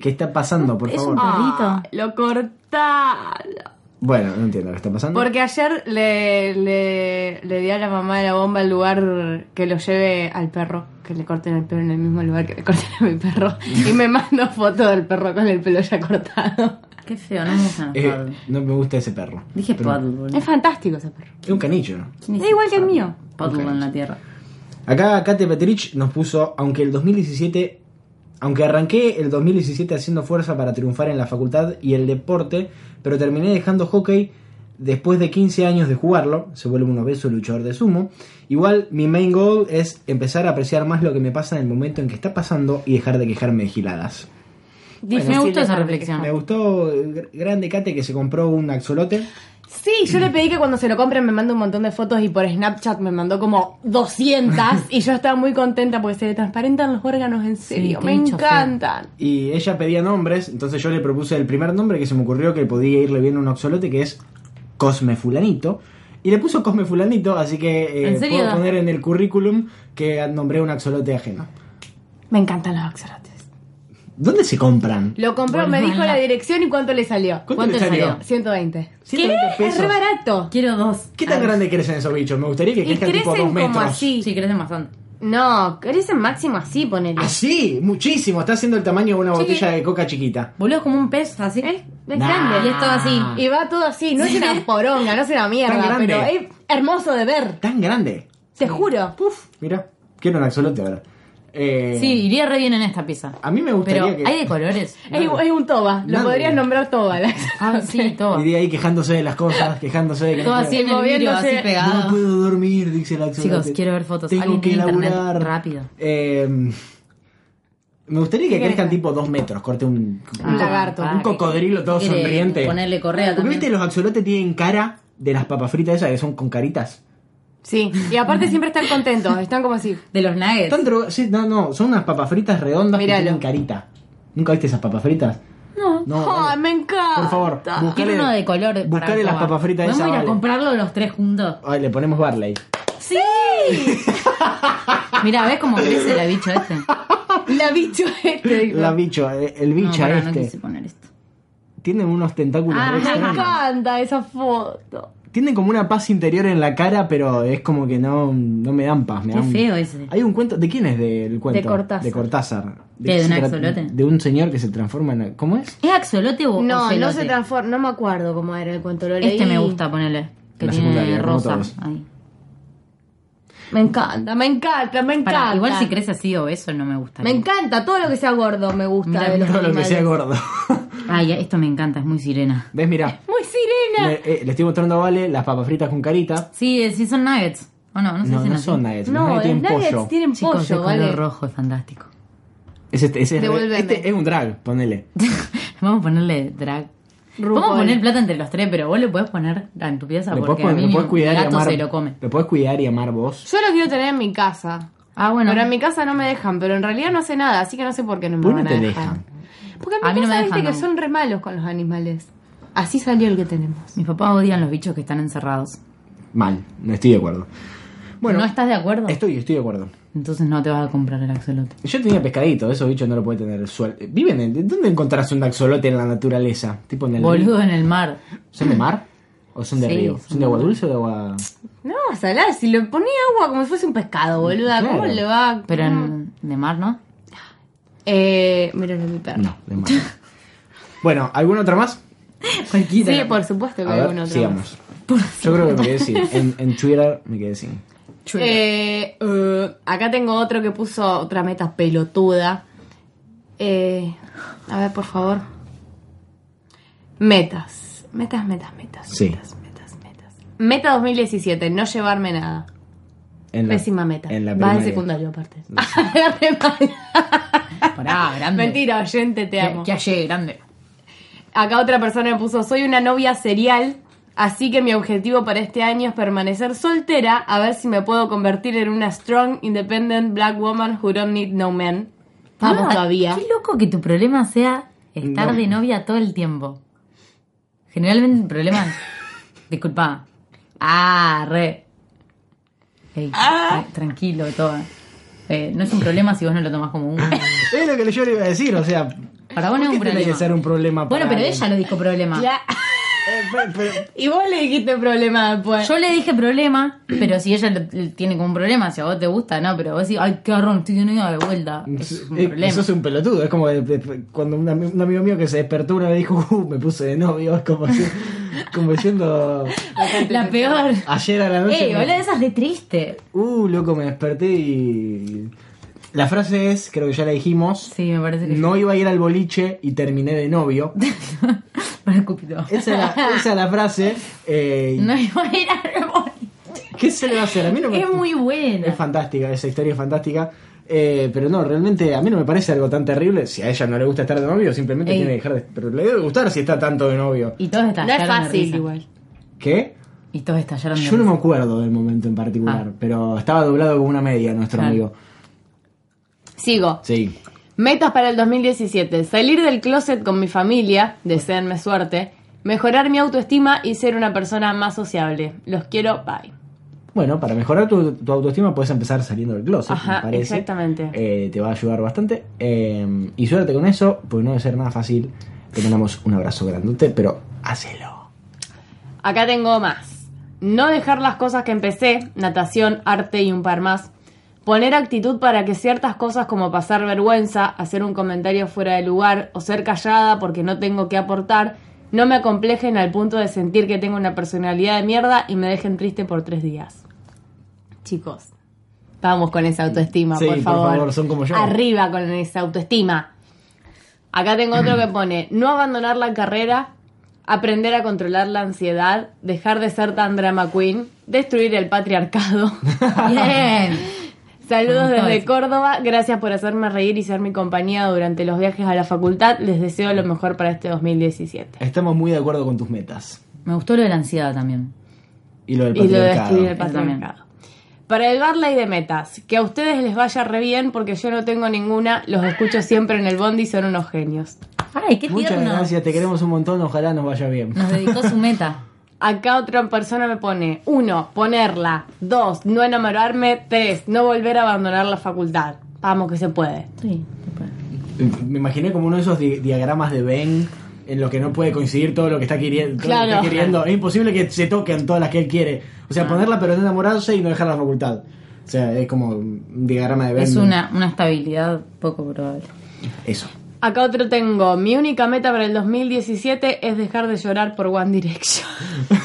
¿Qué está pasando, por Es un favor? perro. Ah, lo cortaron. Bueno, no entiendo lo que está pasando. Porque ayer le, le, le di a la mamá de la bomba el lugar que lo lleve al perro, que le corten el pelo en el mismo lugar que le corten a mi perro. Y me mando foto del perro con el pelo ya cortado. Qué feo, no me gustan los Eh, paddles. no me gusta ese perro. Dije Pero- paddle, boludo. Es fantástico ese perro. Es un canicho. ¿Quién Es dice igual que el mío. Paddle en la tierra. Acá Kate Petrich nos puso, aunque el 2017, aunque arranqué el 2017 haciendo fuerza para triunfar en la facultad y el deporte, pero terminé dejando hockey después de 15 años de jugarlo, se vuelve un obeso luchador de sumo. Igual mi main goal es empezar a apreciar más lo que me pasa en el momento en que está pasando y dejar de quejarme de giladas. me gustó esa dejarlo. reflexión. Me gustó eh, gr- grande Kate que se compró un axolote. Sí, yo le pedí que cuando se lo compren me mande un montón de fotos y por Snapchat me mandó como 200 y yo estaba muy contenta porque se le transparentan los órganos en serio. qué me bicho feo. encantan. Y ella pedía nombres, entonces yo le propuse el primer nombre que se me ocurrió que podía irle bien a un axolote, que es Cosme Fulanito. Y le puso Cosme Fulanito, así que eh, ¿En serio? puedo poner en el currículum que nombré un axolote ajeno. Me encantan los axolotes. ¿Dónde se compran? Lo compró, me dijo la dirección y cuánto le salió. ¿Cuánto le salió? 120. ¿Qué? 120 Es pesos. re barato. Quiero dos. ¿Qué tan Ah, grande crecen esos bichos? Me gustaría que Y crezcan tipo a crecen dos como metros. así. Sí, crecen bastante. No, crecen máximo así, ponele. Así, muchísimo. Está haciendo el tamaño de una Sí. botella de coca chiquita. Boludo, es como un pez así. Es, es Nah. Y grande. es todo así. Ah. Y va todo así. No es una poronga, no es una mierda, Tan grande. pero es hermoso de ver. Tan grande. Te juro. Puf, mira. Quiero un axolote ahora. Eh, Sí, iría re bien en esta pieza. A mí me gustaría Pero que... hay de colores. Es, es un toba. Lo Nadie. podrías nombrar toba. la- Ah, sí, todo. Y de ahí quejándose de las cosas, quejándose de que Todo no así en el vidrio, Moviéndose. así pegado. No puedo dormir, dice el axolote. Chicos, quiero ver fotos. Tengo Alguien que tiene internet. laburar. Rápido. Eh, me gustaría que ¿Qué crezcan querés? tipo dos metros. Corte un, un Un co- lagarto. un cocodrilo todo Ah, quiere sonriente. ponerle correa Porque también. viste, los axolotes tienen cara de las papas fritas esas que son con caritas. Sí. Y aparte siempre están contentos. Están como así. De los nuggets. Están droga- sí, no, no, son unas papas fritas redondas Míralo. que tienen carita. ¿Nunca viste esas papas fritas? No. No, Ay, dale. me encanta. por favor, Quiero buscale, Ah, uno de color. para buscale las probar. papas fritas ¿Podemos esas. ir a vale. comprarlo los tres juntos? Ay, le ponemos Barley. ¡Sí! Mira, ¿ves cómo crece la bicho este? La bicho este. dijo. La bicho, eh, el bicha no, pará, no este. quise poner esto. Tienen unos tentáculos Ah, re Me extraños. encanta esa foto. Tienen como una paz interior en la cara, pero es como que no, no me dan paz. Me Qué dan- feo ese. Hay un cuento. ¿De quién es del cuento? De Cortázar. De Cortázar. ¿Qué, qué de se un tra- axolote? De un señor que se transforma en. ¿Cómo es? ¿Es axolote o No, no ocelote? se transforma. No me acuerdo cómo era el cuento. Lo leí. Este me gusta, ponele. Que La tiene secundaria, como rosa. todos. Ahí. Me encanta, me encanta, me encanta. Pará, igual si crece así o eso no me gusta. Me encanta, todo lo que sea gordo me gusta. Mira, de los Todo lo que animales. sea gordo. Ay, esto me encanta, es muy sirena. ¿Ves? Mirá. Muy sirena. Le, eh, le estoy mostrando a Vale las papas fritas con carita. Sí, eh, sí son nuggets. O no, no sé No, si no son nuggets. los no, nuggets los tienen nuggets pollo. tienen Chicos, el pollo, color ¿vale? rojo es fantástico. Es este, ese es re- Devuélveme. este es un drag, ponele. Vamos a ponerle drag. RuPaul. Vamos a poner plata entre los tres, pero vos lo podés poner en tu pieza Lo porque podés, a lo mí podés el cuidar y gato amar. se lo come. Lo podés cuidar y amar vos. Yo lo quiero tener en mi casa. Ah, bueno. Pero en mi casa no me dejan, pero en realidad no hace nada, así que no sé por qué no me ¿Por qué van a Pues no te dejar. dejan? Porque en mi A mí no casa me viste dejan, que no. son re malos con los animales. Así salió el que tenemos. Mis papás odian los bichos que están encerrados. Mal, no estoy de acuerdo. Bueno, ¿No estás de acuerdo? estoy, estoy de acuerdo. Entonces no te vas a comprar el axolote. Yo tenía pescadito, esos bichos no lo puede tener suel- Viven en. ¿Dónde encontrás un axolote en la naturaleza? Tipo en el. Boludo en el mar. ¿Son de mar? ¿O son de Sí, río? son ¿Son de de agua mar. dulce o de agua.? No, salada, si le ponía agua como si fuese un pescado, boluda, ¿cómo Claro. le va? Pero ¿Cómo? en, de mar, ¿no? Eh, miren a mi perro. No, de más. bueno, ¿alguna otra más? Cualquiera. Sí, por supuesto que A hay ver, uno otro. sigamos. Yo creo que me quedé sin. En, en Twitter me quedé sin. Eh, eh, acá tengo otro que puso otra meta pelotuda. Eh, a ver, por favor. Metas. Metas, metas, metas. Sí. Metas, metas, metas. Meta 2017, no llevarme nada. En la- Pésima meta. En la Va en primaria. secundario aparte. La primaria. Pará, grande. Mentira, oyente, te Que, amo. que ayer, grande. Acá otra persona me puso, soy una novia serial, así que mi objetivo para este año es permanecer soltera, a ver si me puedo convertir en una strong, independent black woman who don't need no man. Vamos Ah, todavía. Qué loco que tu problema sea estar No. de novia todo el tiempo. Generalmente el problema. Disculpa. Ah, re. Ey, eh, tranquilo, toda. Eh, no es un problema si vos no lo tomás como un. Es lo que yo le iba a decir, o sea. Para vos no es un ¿por qué tiene problema. que ser un problema Bueno, para pero alguien? ella lo dijo problema. Ya. Eh, pero- pero- Y vos le dijiste problema después. Yo le dije problema, pero si ella lo- lo tiene como un problema, si a vos te gusta, no, pero vos decís, ay, qué garrón, estoy de novia de vuelta. Es un eh, problema. Sos un pelotudo. Es como de- de- cuando un, ami- un amigo mío que se despertó una vez dijo, "Uh, me puse de novio. Es como, si- como diciendo, La peor. ayer a la noche. Ey, me- hola, esas de triste. Uh, loco, me desperté y. La frase es, creo que ya la dijimos. Sí, me parece que No iba a ir al boliche y terminé de novio. Para Cupido. Esa es la, esa es la frase. eh, No iba a ir al boliche. ¿Qué se le va a hacer? A mí no me- Es muy buena. Es fantástica, esa historia es fantástica. Eh, pero no, realmente a mí no me parece algo tan terrible. Si a ella no le gusta estar de novio, simplemente Ey. tiene que dejar de. Pero le debe gustar si está tanto de novio. Y todos No estallaron es de fácil risa. igual. ¿Qué? Y todos estallaron de Yo no me risa. acuerdo del momento en particular, Ah. pero estaba doblado como una media nuestro Claro. amigo. Sigo. Sí. Metas para el 2017. Salir del closet con mi familia, deseenme suerte. Mejorar mi autoestima y ser una persona más sociable. Los quiero, bye. Bueno, para mejorar tu, tu autoestima puedes empezar saliendo del closet, Ajá, me parece. exactamente. Eh, te va a ayudar bastante. Eh, y suerte con eso, pues no debe ser nada fácil. Te mandamos un abrazo grandote, pero hacelo. Acá tengo más. No dejar las cosas que empecé, natación, arte y un par más. Poner actitud para que ciertas cosas como pasar vergüenza, hacer un comentario fuera de lugar o ser callada porque no tengo que aportar, no me acomplejen al punto de sentir que tengo una personalidad de mierda y me dejen triste por tres días. Chicos, vamos con esa autoestima, Sí, por por favor. favor, son como yo. Arriba con esa autoestima. Acá tengo otro que pone, no abandonar la carrera, aprender a controlar la ansiedad, dejar de ser tan drama queen, destruir el patriarcado. Bien. Saludos Me gustó desde eso. Córdoba, gracias por hacerme reír y ser mi compañía durante los viajes a la facultad, les deseo lo mejor para este 2017. Estamos muy de acuerdo con tus metas. Me gustó lo de la ansiedad también. Y lo del Y lo de patriarcado. destruir el Eso también. patriarcado. Para el Barley de Metas, que a ustedes les vaya re bien porque yo no tengo ninguna, los escucho siempre en el bondi y son unos genios. Ay, qué Muchas tierno. gracias, te queremos un montón, ojalá nos vaya bien. Nos dedicó su meta. Acá otra persona me pone, uno, ponerla, dos, no enamorarme, tres, no volver a abandonar la facultad. Vamos que se puede. Sí, se puede. Me imaginé como uno de esos di- diagramas de Ben en los que no puede coincidir todo lo que está queriendo. Claro. Ah. queriendo. Es imposible que se toquen todas las que él quiere. O sea, ponerla pero no enamorarse y no dejar la facultad. O sea, es como un diagrama de Ben. Es una, una estabilidad poco probable. Eso. Acá otro tengo, mi única meta para el 2017 es dejar de llorar por One Direction.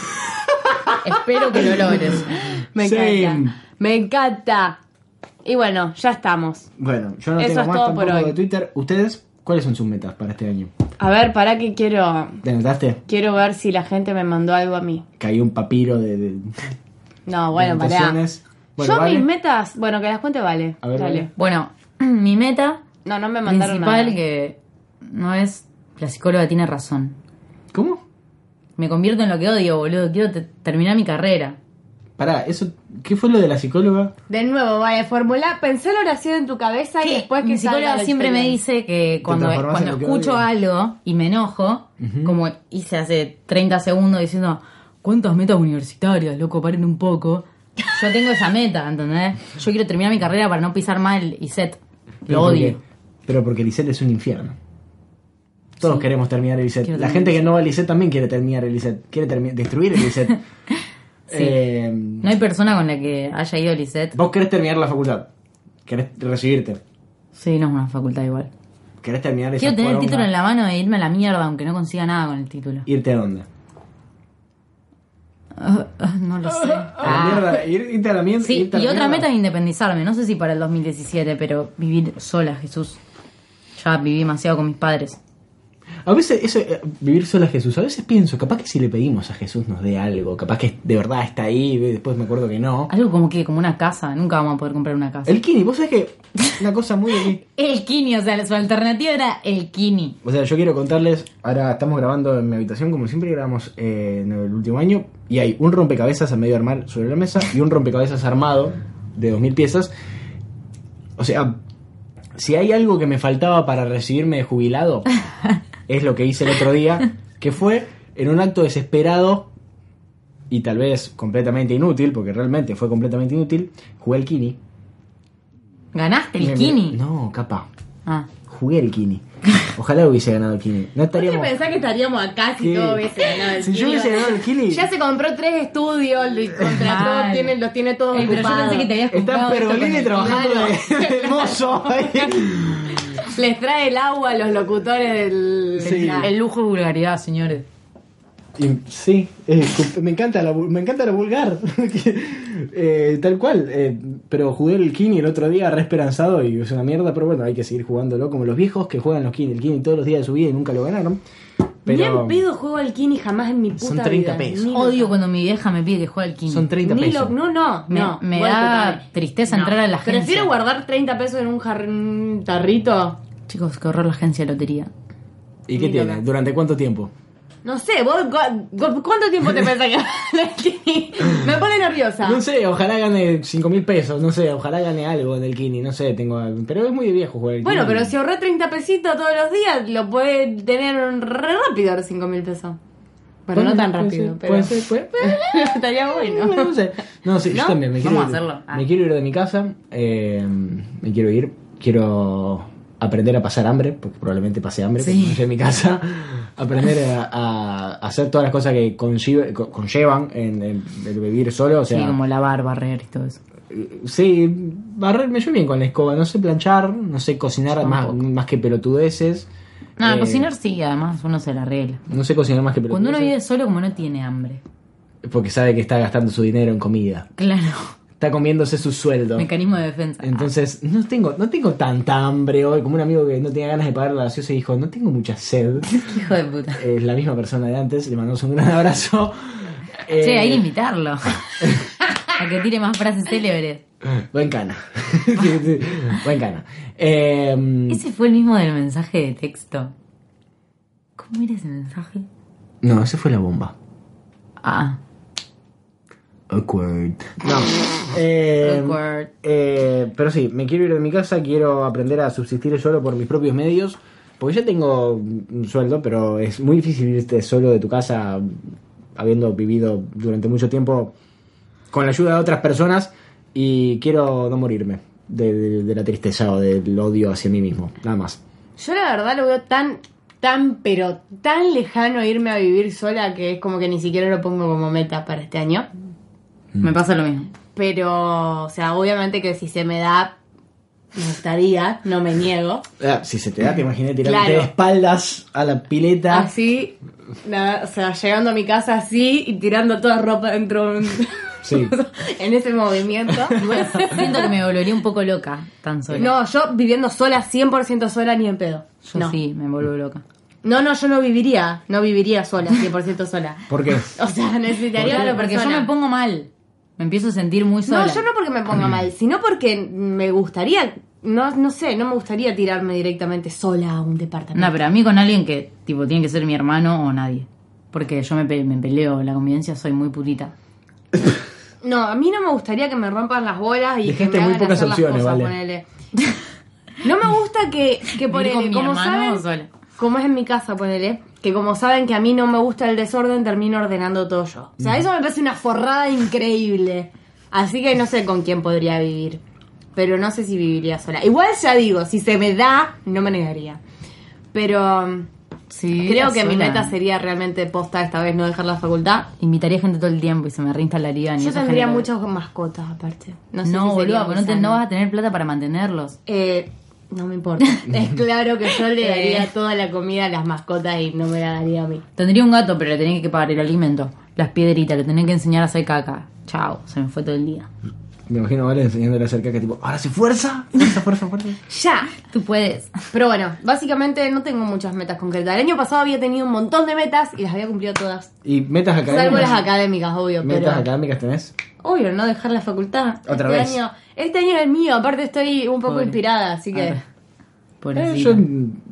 Espero que lo logres. Me Same. encanta. Me encanta. Y bueno, ya estamos. Bueno, yo no Eso tengo es más todo por tampoco hoy. de Twitter. ¿Ustedes cuáles son sus metas para este año? A ver, para que quiero ¿Te anotaste? quiero ver si la gente me mandó algo a mí. Cayó un papiro de, de- de No, bueno, pará. anotaciones. Bueno, Yo vale. mis metas, bueno, que las cuente vale. A ver, Dale. Vale. Bueno, mi meta No, no me mandaron principal nada. que no es la psicóloga tiene razón. ¿Cómo? Me convierto en lo que odio, boludo. Quiero te- terminar mi carrera. Pará, eso, ¿qué fue lo de la psicóloga? De nuevo, vale, formula, pensé la oración en tu cabeza y después que mi salga psicóloga la siempre me experiencia. dice que cuando, transformás en cuando lo que escucho odias. algo y me enojo, como hice hace 30 segundos diciendo, ¿cuántas metas universitarias, loco? Paren un poco. Yo tengo esa meta, ¿entendés? Yo quiero terminar mi carrera para no pisar mal y set. Pero Lo porque- odio. Pero porque Lisette es un infierno. Todos queremos terminar el Lisette. Quiero La terminar gente que no va a Lisette también quiere terminar el Lisette. Quiere termi- destruir el Lisette. Sí. Eh, No hay persona con la que haya ido Lisette. vos querés terminar la facultad. Querés recibirte. Sí, no es una facultad igual. Querés terminar esa Quiero tener el poronga. título en la mano e irme a la mierda, aunque no consiga nada con el título. e ¿Irte a dónde? Ah, ah, no lo sé. A la mierda, ir- irte a la mierda. Ah. Sí, irte a la y otra mierda. meta es independizarme. No sé si para el 2017, pero vivir sola, Jesús. Ya viví demasiado con mis padres. A veces, eso, eh, vivir sola Jesús, a veces pienso, capaz que si le pedimos a Jesús nos dé algo, capaz que de verdad está ahí, ve, después me acuerdo que no. Algo como que, como una casa. Nunca vamos a poder comprar una casa. El Kini, vos sabés que una cosa muy... de mí. El Kini, o sea, su alternativa era el Kini. O sea, yo quiero contarles, ahora estamos grabando en mi habitación, como siempre grabamos eh, en el último año, y hay un rompecabezas a medio armar sobre la mesa y un rompecabezas armado de 2000 piezas. O sea, si hay algo que me faltaba para recibirme de jubilado, es lo que hice el otro día, que fue en un acto desesperado y tal vez completamente inútil, porque realmente fue completamente inútil, jugué al Kini. ¿Ganaste el Me- Kini? No, capa. Ah. Jugué al Kini. Ojalá hubiese ganado el Kini. No estaríamos... pensás que estaríamos acá Sí. Si yo hubiese ganado el Kili. Ya se compró tres estudios, lo contrató, Mal. tiene- los tiene todos Ey, pero yo ocupados. pensé que te habías Está comprado esto con Pergolini el- trabajando Claro. de, de mozo. Les trae el agua a los locutores del... Sí. El lujo de vulgaridad, señores. Y- sí, eh, me, encanta la, vul- me encanta lo vulgar. Eh, tal cual. eh, pero jugué el Kini el otro día re esperanzado y es una mierda, pero bueno, hay que seguir jugándolo como los viejos que juegan los Kini, el Kini todos los días de su vida y nunca lo ganaron. Ni en Pero pedo juego al Kini jamás en mi puta Son 30 vida. pesos. Ni lo- Odio cuando mi vieja me pide que juegue al Kini. son 30 ni lo- pesos. no, no, Me- no. me Vos da disculpame. tristeza entrar a la agencia. Prefiero guardar 30 pesos en un jar- un tarrito. Chicos, qué horror la agencia de lotería. ¿Y qué ni tiene? loca. ¿Durante cuánto tiempo? No sé, vos, gu- gu- ¿cuánto tiempo te pensás que Me pone nerviosa. No sé, ojalá gane 5 mil pesos, no sé, ojalá gane algo en el Kini, no sé, tengo algo. Pero es muy viejo jugar el Bueno, Kini. pero si ahorré 30 pesitos todos los días, lo puede tener re rápido los 5 mil pesos. Bueno, no tan Puede ser, rápido, pero puede ser, puede- estaría bueno. No sé. No, sí, yo ¿No? también me quiero Vamos a ir. hacerlo. Ah. Me quiero ir de mi casa. eh, me quiero ir. Quiero aprender a pasar hambre, porque probablemente pasé hambre Sí. cuando llegué a mi casa. Aprender a, a hacer todas las cosas que concibe- co- conllevan en, en el vivir solo. O sea, sí, como lavar, barrer y todo eso. eh, sí, barrerme yo bien con la escoba. No sé planchar, no sé cocinar Yo más, tampoco. más que pelotudeces. No, eh, cocinar sí, además uno se la arregla. No sé cocinar más que pelotudeces. Cuando uno vive solo, como no tiene hambre. Porque sabe que está gastando su dinero en comida. Claro. Está comiéndose su sueldo. Mecanismo de Eh. defensa. Entonces, no tengo, no tengo tanta hambre hoy, como un amigo que no tenía ganas de pagar la gaseosa y dijo, no tengo mucha sed. Ah, hijo de puta. Es la misma persona de antes, le mandamos un gran abrazo. Che, Eh, hay que invitarlo. a que tire más frases célebres. Eh, Buen cana. Sí, sí, buen cana. Eh, Ese fue el mismo del mensaje de texto. ¿Cómo era ese mensaje? no, esa fue la bomba. Ah, Awkward. No. eh, Awkward. eh, pero sí, me quiero ir de mi casa, quiero aprender a subsistir solo por mis propios medios. Porque ya tengo un sueldo, pero es muy difícil irte solo de tu casa habiendo vivido durante mucho tiempo con la ayuda de otras personas y quiero no morirme de, de- de la tristeza o del odio hacia mí mismo, nada más. Yo la verdad lo veo tan, tan, pero tan lejano irme a vivir sola que es como que ni siquiera lo pongo como meta para este año. me pasa lo mismo. Pero, o sea, obviamente que si se me da, me gustaría, no me niego. Ah, si se te da, te imaginé tirarte Claro. Ah, de espaldas a la pileta. Así, nada, o sea, llegando a mi casa así y tirando toda ropa dentro de un- Sí. en ese movimiento. Igual siento que me volvería un poco loca tan sola. No, yo viviendo sola, 100% sola, ni en pedo. Yo no. sí, me vuelvo loca. No, no, yo no viviría, no viviría sola, 100% sola. ¿Por qué? O sea, necesitaría Claro, una porque yo persona. me pongo mal. Me empiezo a sentir muy sola. No, yo no porque me ponga mal, sino porque me gustaría, no, no sé, no me gustaría tirarme directamente sola a un departamento. No, pero a mí con alguien que, tipo, tiene que ser mi hermano o nadie. Porque yo me, pe- me peleo, la convivencia, soy muy putita. No, a mí no me gustaría que me rompan las bolas y Dejaste que me muy hagan pocas hacer las opciones, cosas, vale. ponele. No me gusta que, que ponele, con mi como hermano saben, o sola? como es en mi casa, ponele, que como saben que a mí no me gusta el desorden, termino ordenando todo yo. O Mm. sea, eso me parece una forrada increíble. Así que no sé con quién podría vivir. Pero no sé si viviría sola. Igual ya digo, si se me da, no me negaría. Pero mm, Sí, Creo que mi sola. meta sería realmente posta esta vez no dejar la facultad. Invitaría gente todo el tiempo y se me reinstalarían. y Yo esa tendría gente- muchas mascotas aparte. No, sé si sería boludo, muy no, te- sano. no vas a tener plata para mantenerlos. Eh, no me importa. Es claro que yo Eh. le daría daría toda la comida a las mascotas y no me la daría a mí. Tendría un gato, pero le tenía que pagar el alimento, las piedritas, le tenía que enseñar a hacer caca. Chao, se me fue todo el día. Me imagino, vale, enseñándole acerca que tipo, ahora sí, fuerza, fuerza, fuerza, fuerza. Ya. Tú puedes. Pero bueno, básicamente no tengo muchas metas concretas. El año pasado había tenido un montón de metas y las había cumplido todas. Y metas académicas. Salvo las académicas, obvio, metas pero... académicas tenés. Obvio, no dejar la facultad. Otra este vez. Año, este año es el mío, aparte estoy un poco Pobre. inspirada, así que... Arre. Eh, Pobrecita. yo,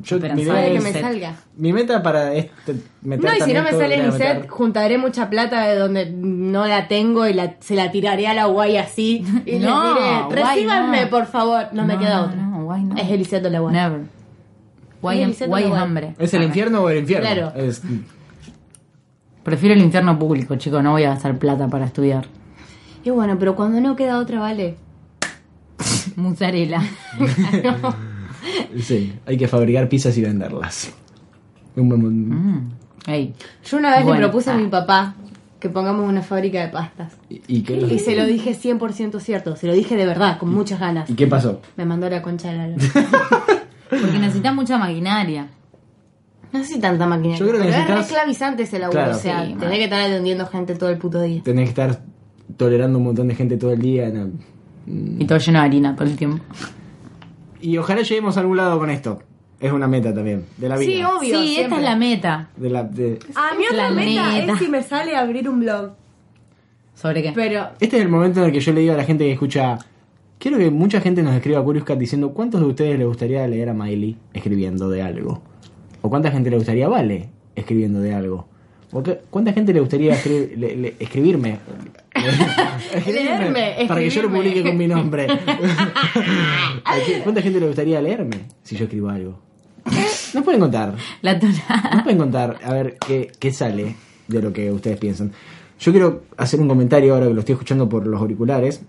yo Esperanza. mi, idea Sabe que es- me salga. mi meta para este meter No, y si también no me todo lo sale que mi voy a set, meter- juntaré mucha plata de donde no la tengo y la, se la tiraré a la guay así. Y No, les diré, guay recíbanme, no. por favor. No, me No, queda no, otra. no, guay no. Es Eliseto la guay. Never. Guay, Sí, en- Vicente guay es Guay. hambre. ¿Es el infierno o el infierno? Claro. Es- Prefiero el infierno público, chicos. No voy a gastar plata para estudiar. Y bueno, pero cuando no queda otra, vale. Mozzarella. sí, hay que fabricar pizzas y venderlas. Un buen- un- Mm. Ey. Yo una vez Bueno, le propuse a ah. mi papá que pongamos una fábrica de pastas. ¿Y, y qué, Y se lo dije 100% cierto, se lo dije de verdad, con muchas ganas. ¿Y qué pasó? Me mandó la concha de la lora. Porque necesitas mucha maquinaria. No sé si tanta maquinaria. Yo creo que pero es necesitas- esclavizante ese laburo, Claro. o sea, Sí, tenés mal. que estar atendiendo gente todo el puto día. Tenés que estar tolerando un montón de gente todo el día. no. Y todo lleno de harina todo el tiempo. Y ojalá lleguemos a algún lado con esto. Es una meta también, de la vida. Sí, obvio. sí, esta siempre. es la meta. De la, de- A mí otra meta Planeta. es si me sale abrir un blog. ¿Sobre qué? Pero Este es el momento en el que yo le digo a la gente que escucha. Quiero que mucha gente nos escriba a Curious Cat diciendo cuántos de ustedes le gustaría leer a Miley escribiendo de algo. O cuánta gente le gustaría a Vale escribiendo de algo. O qué- cuánta gente le gustaría escri- le- le- escribirme. Leerme, Para que yo lo escribirme. publique con mi nombre. ¿A qué- ¿Cuánta gente le gustaría leerme si yo escribo algo? Nos pueden contar. La tonada. Nos pueden contar, a ver, qué, qué sale de lo que ustedes piensan. Yo quiero hacer un comentario ahora que lo estoy escuchando por los auriculares.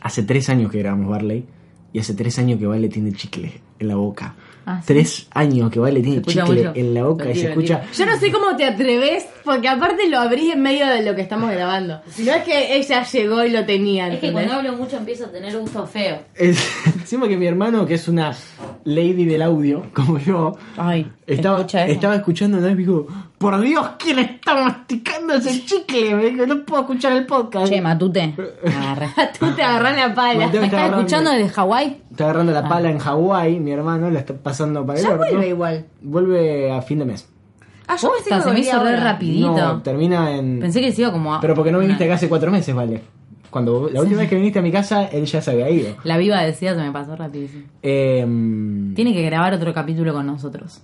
Hace tres años que grabamos Barley y hace tres años que Vale tiene chicle en la boca. Ah, sí. Tres años que Vale tiene escucha chicle mucho. en la boca Lo y se tiro, lo escucha... Yo no sé cómo te atreves, porque aparte lo abrís en medio de lo que estamos grabando. Si no es que ella llegó y lo tenía. ¿entendés? hablo mucho empiezo a tener gusto feo. Es- encima que mi hermano, que es una lady del audio, como yo, Ay, estaba, escucha eso. estaba escuchando una vez y me dijo, por Dios, ¿quién está masticando ese chicle? Me dijo, no puedo escuchar el podcast. Che, matute. Agarra. Tú te agarrás la pala. Mateo ¿Estás agarrando- escuchando desde Hawái? Está agarrando Ah. la pala en Hawái, mi hermano la está pasando para el Ya orto. vuelve igual. Vuelve a fin de mes. Ah, yo pensé que Posta, se me volvía hizo re ahora. rapidito. No, termina en... Pensé que Ah. se iba como a... Pero porque no viniste una- acá hace cuatro meses, vale. Cuando vos- la última vez que viniste a mi casa, él ya se había ido. La viva decía se me pasó rapidísimo. Em, Tiene que grabar otro capítulo con nosotros.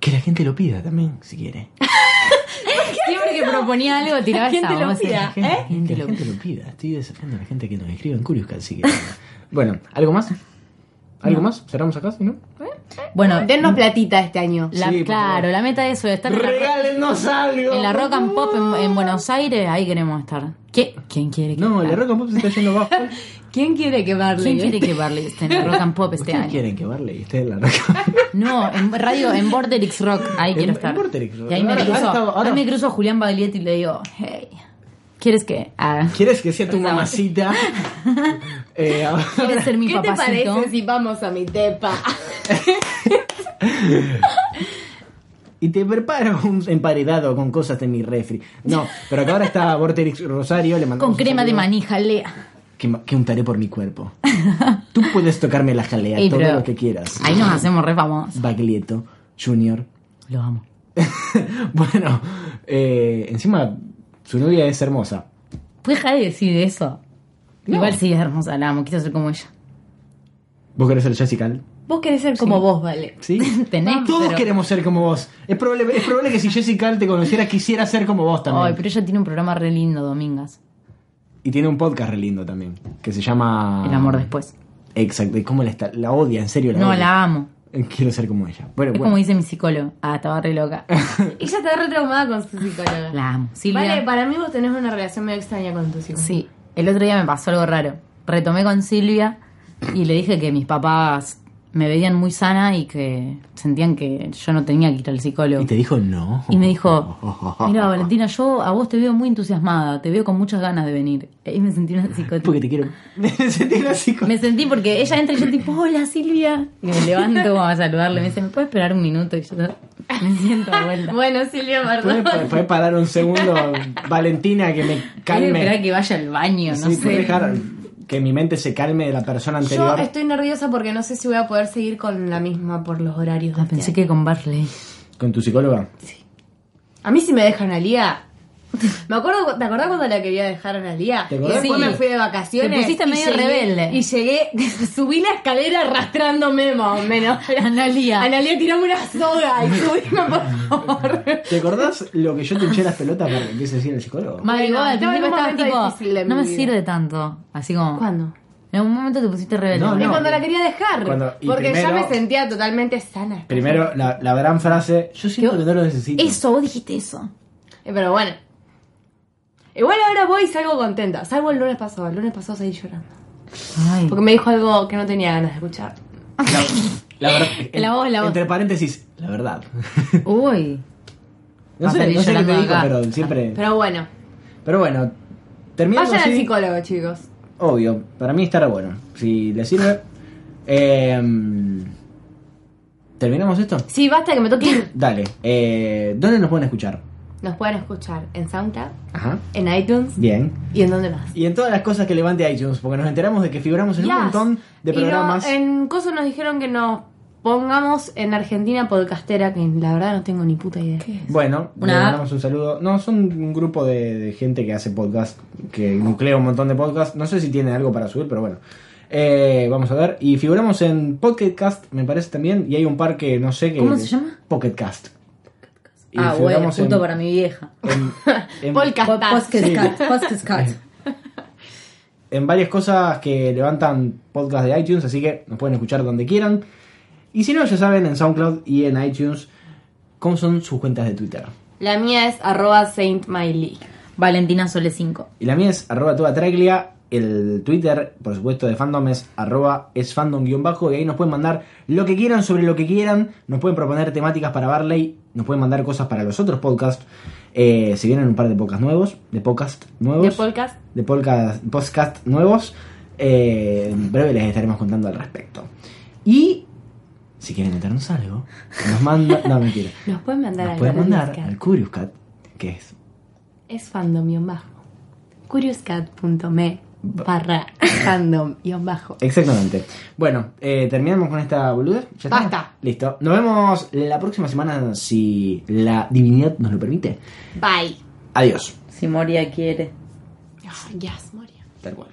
que la gente lo pida también, si quiere. Siempre que proponía algo tiraba ¿Quién esta te lo voz. pida, Que la ¿Eh? ¿Quién gente- te que la lo gente lo pida. Estoy desafiando a la gente que nos escriba en Curious Cat, si quiere. bueno, ¿algo más? ¿Algo más? ¿Cerramos acá, si no? Bueno, Denos platita este año. la- Sí, por claro, favor. la meta de eso de estar en la, ¡Regálenos algo! en la por Rock and Pop en, favor! en Buenos Aires, ahí queremos estar. ¿Qué? ¿Quién quiere que No, la Rock eh? and Pop se está yendo bajo. ¿Quién quiere eh? quemarle? ¿Quién quiere que Barley esté en la Rock and Pop este ¿Ustedes año? quieren que Barley esté en la Rock and Pop? No, en radio, en Borderix Rock, ahí En- quiero en estar. Borderix Rock. Y ahí me Ahora- cruzo, ahora está- ahora- ahí me cruzo a Julián Baglietto y le digo, hey, ¿quieres que haga? ¿Quieres que sea tu mamacita? Eh, ¿Quieres ser mi ¿Qué te papacito? parece si vamos a mi tepa? y te preparo un emparedado con cosas de mi refri. No, pero acá ahora está Vorterix Rosario, le mandamos Con un crema de saludo. maní, jalea. Que, ma- que untaré por mi cuerpo. Tú puedes tocarme la jalea, Ey, todo pero- lo que quieras. Ahí nos hacemos re famosos. Baglietto, Junior. Lo amo. bueno, eh, encima su novia es hermosa. ¿Puedes dejar de decir eso? No. Igual sí es hermosa, la amo, quiero ser como ella. ¿Vos querés ser Jessica? Alba? Vos querés ser como vos, vale. ¿Sí? Tenés, Todos pero- queremos ser como vos. Es probable, es probable que si Jessica Alba te conociera quisiera ser como vos también. Ay, pero ella tiene un programa re lindo, Domingas. Y tiene un podcast re lindo también, que se llama... El amor después. Exacto, y cómo la, está- la odia, en serio la No, odia. Eh, la amo. Quiero ser como ella. Bueno, Es bueno. como dice mi psicólogo. Ah, estaba re loca. Ella está re traumada con su psicóloga. La amo. Silvia. Vale, para mí vos tenés una relación medio extraña con tu psicóloga. Sí, el otro día me pasó algo raro. Retomé con Silvia y le dije que mis papás me veían muy sana y que sentían que yo no tenía que ir al psicólogo. Y te dijo "Oh". no. Y me dijo, mira Valentina, yo a vos te veo muy entusiasmada, te veo con muchas ganas de venir. Y me sentí una psicótica. Porque te quiero. Me sentí así con- Me sentí porque ella entra y yo tipo, hola Silvia. Y me levanto como a saludarle. Me dice, ¿me puedes esperar un minuto? Y yo me siento de vuelta. Bueno, Silvia, ¿Puedes, perdón. pa- puedes parar un segundo, Valentina, que me Quiero esperar calme? que vaya al baño, no Sí, sé. ¿puedes dejar que mi mente se calme de la persona Yo anterior? estoy nerviosa porque no sé si voy a poder seguir con la misma por los horarios. de Ah, este pensé año. que con Barley. ¿Con tu psicóloga? A mí sí me dejan al día. Me acuerdo, ¿Te acordás cuando la quería dejar a Analia? ¿Te Y acordás? después Sí. me fui de vacaciones. Te pusiste y medio llegué- rebelde. Y llegué, subí la escalera arrastrándome más o menos. Analia. Analia, tirame una soga y subime, por favor. ¿Te acordás lo que yo te hinché las pelotas para que empieces a decir el psicólogo? Madre, Bueno, vos al estaba en principio un estabas momento difícil de tipo, mi no me vida". sirve tanto. Así como... ¿Cuándo? En algún momento te pusiste rebelde. No, Es no. cuando la quería dejar. Cuando- y porque ya primero- me sentía totalmente sana. Primero, la, la gran frase, yo siento que no lo necesito. Eso, vos dijiste eso. Eh, Pero bueno. Igual ahora voy y salgo contenta. Salvo el lunes pasado. El lunes pasado seguí llorando. Ay. Porque me dijo algo que no tenía ganas de escuchar. La verdad- La voz, la voz. Entre paréntesis, la verdad. Uy. No Va a sé, salir no sé qué te llorando digo, acá. pero siempre... Pero bueno. Pero bueno, terminamos Vayan al así, psicólogo, chicos. obvio, para mí estará bueno. Si le sirve... Eh, ¿Terminamos esto? Sí, basta que me toque. ir. Dale. Eh, ¿Dónde nos pueden escuchar? Nos pueden escuchar en SoundCloud, Ajá. en iTunes Bien. y en dónde más. Y en todas las cosas que levante iTunes, porque nos enteramos de que figuramos en Yes. un montón de Y no- programas. en Coso nos dijeron que nos pongamos en Argentina Podcastera, que la verdad no tengo ni puta idea. Bueno, Una le app. mandamos un saludo. No, son un grupo de, de gente que hace podcast, que nuclea un montón de podcasts. No sé si tienen algo para subir, pero bueno. Eh, vamos a ver. Y figuramos en Pocketcast, me parece también. Y hay un par que no sé que. ¿Cómo se llama? Pocketcast. Y Ah, bueno, figuramos puto en- para mi vieja. en- en- Em, Podcast. Podcast Cat, Podcast Cat. en varias cosas que levantan podcast de iTunes, así que nos pueden escuchar donde quieran. Y si no, ya saben, en SoundCloud y en iTunes, cómo son sus cuentas de Twitter. La mía es arroba saintmiley. Valentina Sole 5. Y la mía es arroba toda traglia. El Twitter, por supuesto, de fandom es arroba es fandom guión bajo. Y ahí nos pueden mandar lo que quieran sobre lo que quieran. Nos pueden proponer temáticas para Barley. Nos pueden mandar cosas para los otros podcasts. Eh, se vienen un par de podcasts nuevos. De podcast nuevos. De podcast. de podcast, podcast nuevos. Eh, en breve les estaremos contando al respecto. Y si quieren contarnos algo, nos mandan. No, mentira. Nos pueden mandar Nos al pueden Curious mandar Cat. al Curious Cat, que es Es fandom-bajo. Curiouscat.me barra fandom-bajo. Exactamente. Bueno, eh, terminamos con esta boludez. ¿Ya está? Basta. Listo. Nos vemos la próxima semana si la divinidad nos lo permite. Bye. Adiós. Si Moria quiere. Ah, yes, Moria. Tal cual.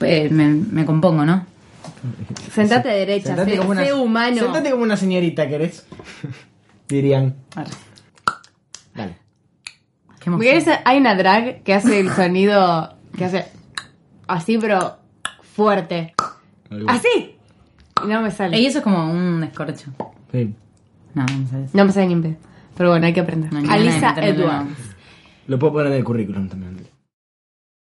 Eh, me, me compongo, ¿no? Sentate derecha, sé, sé humano. Sentate como una señorita, ¿querés? Dirían. Arre. Dale. Qué Me emoción. querés- hay una drag que hace el sonido que hace así, pero fuerte. ¡Así! Y No me Ey, sale. eso es como un escorcho. Sí. No, no sé. No me sale ni en pedo. Pero bueno, hay que aprender. No hay manera de Alisa meterle Edwards. nada. Lo puedo poner en el currículum también.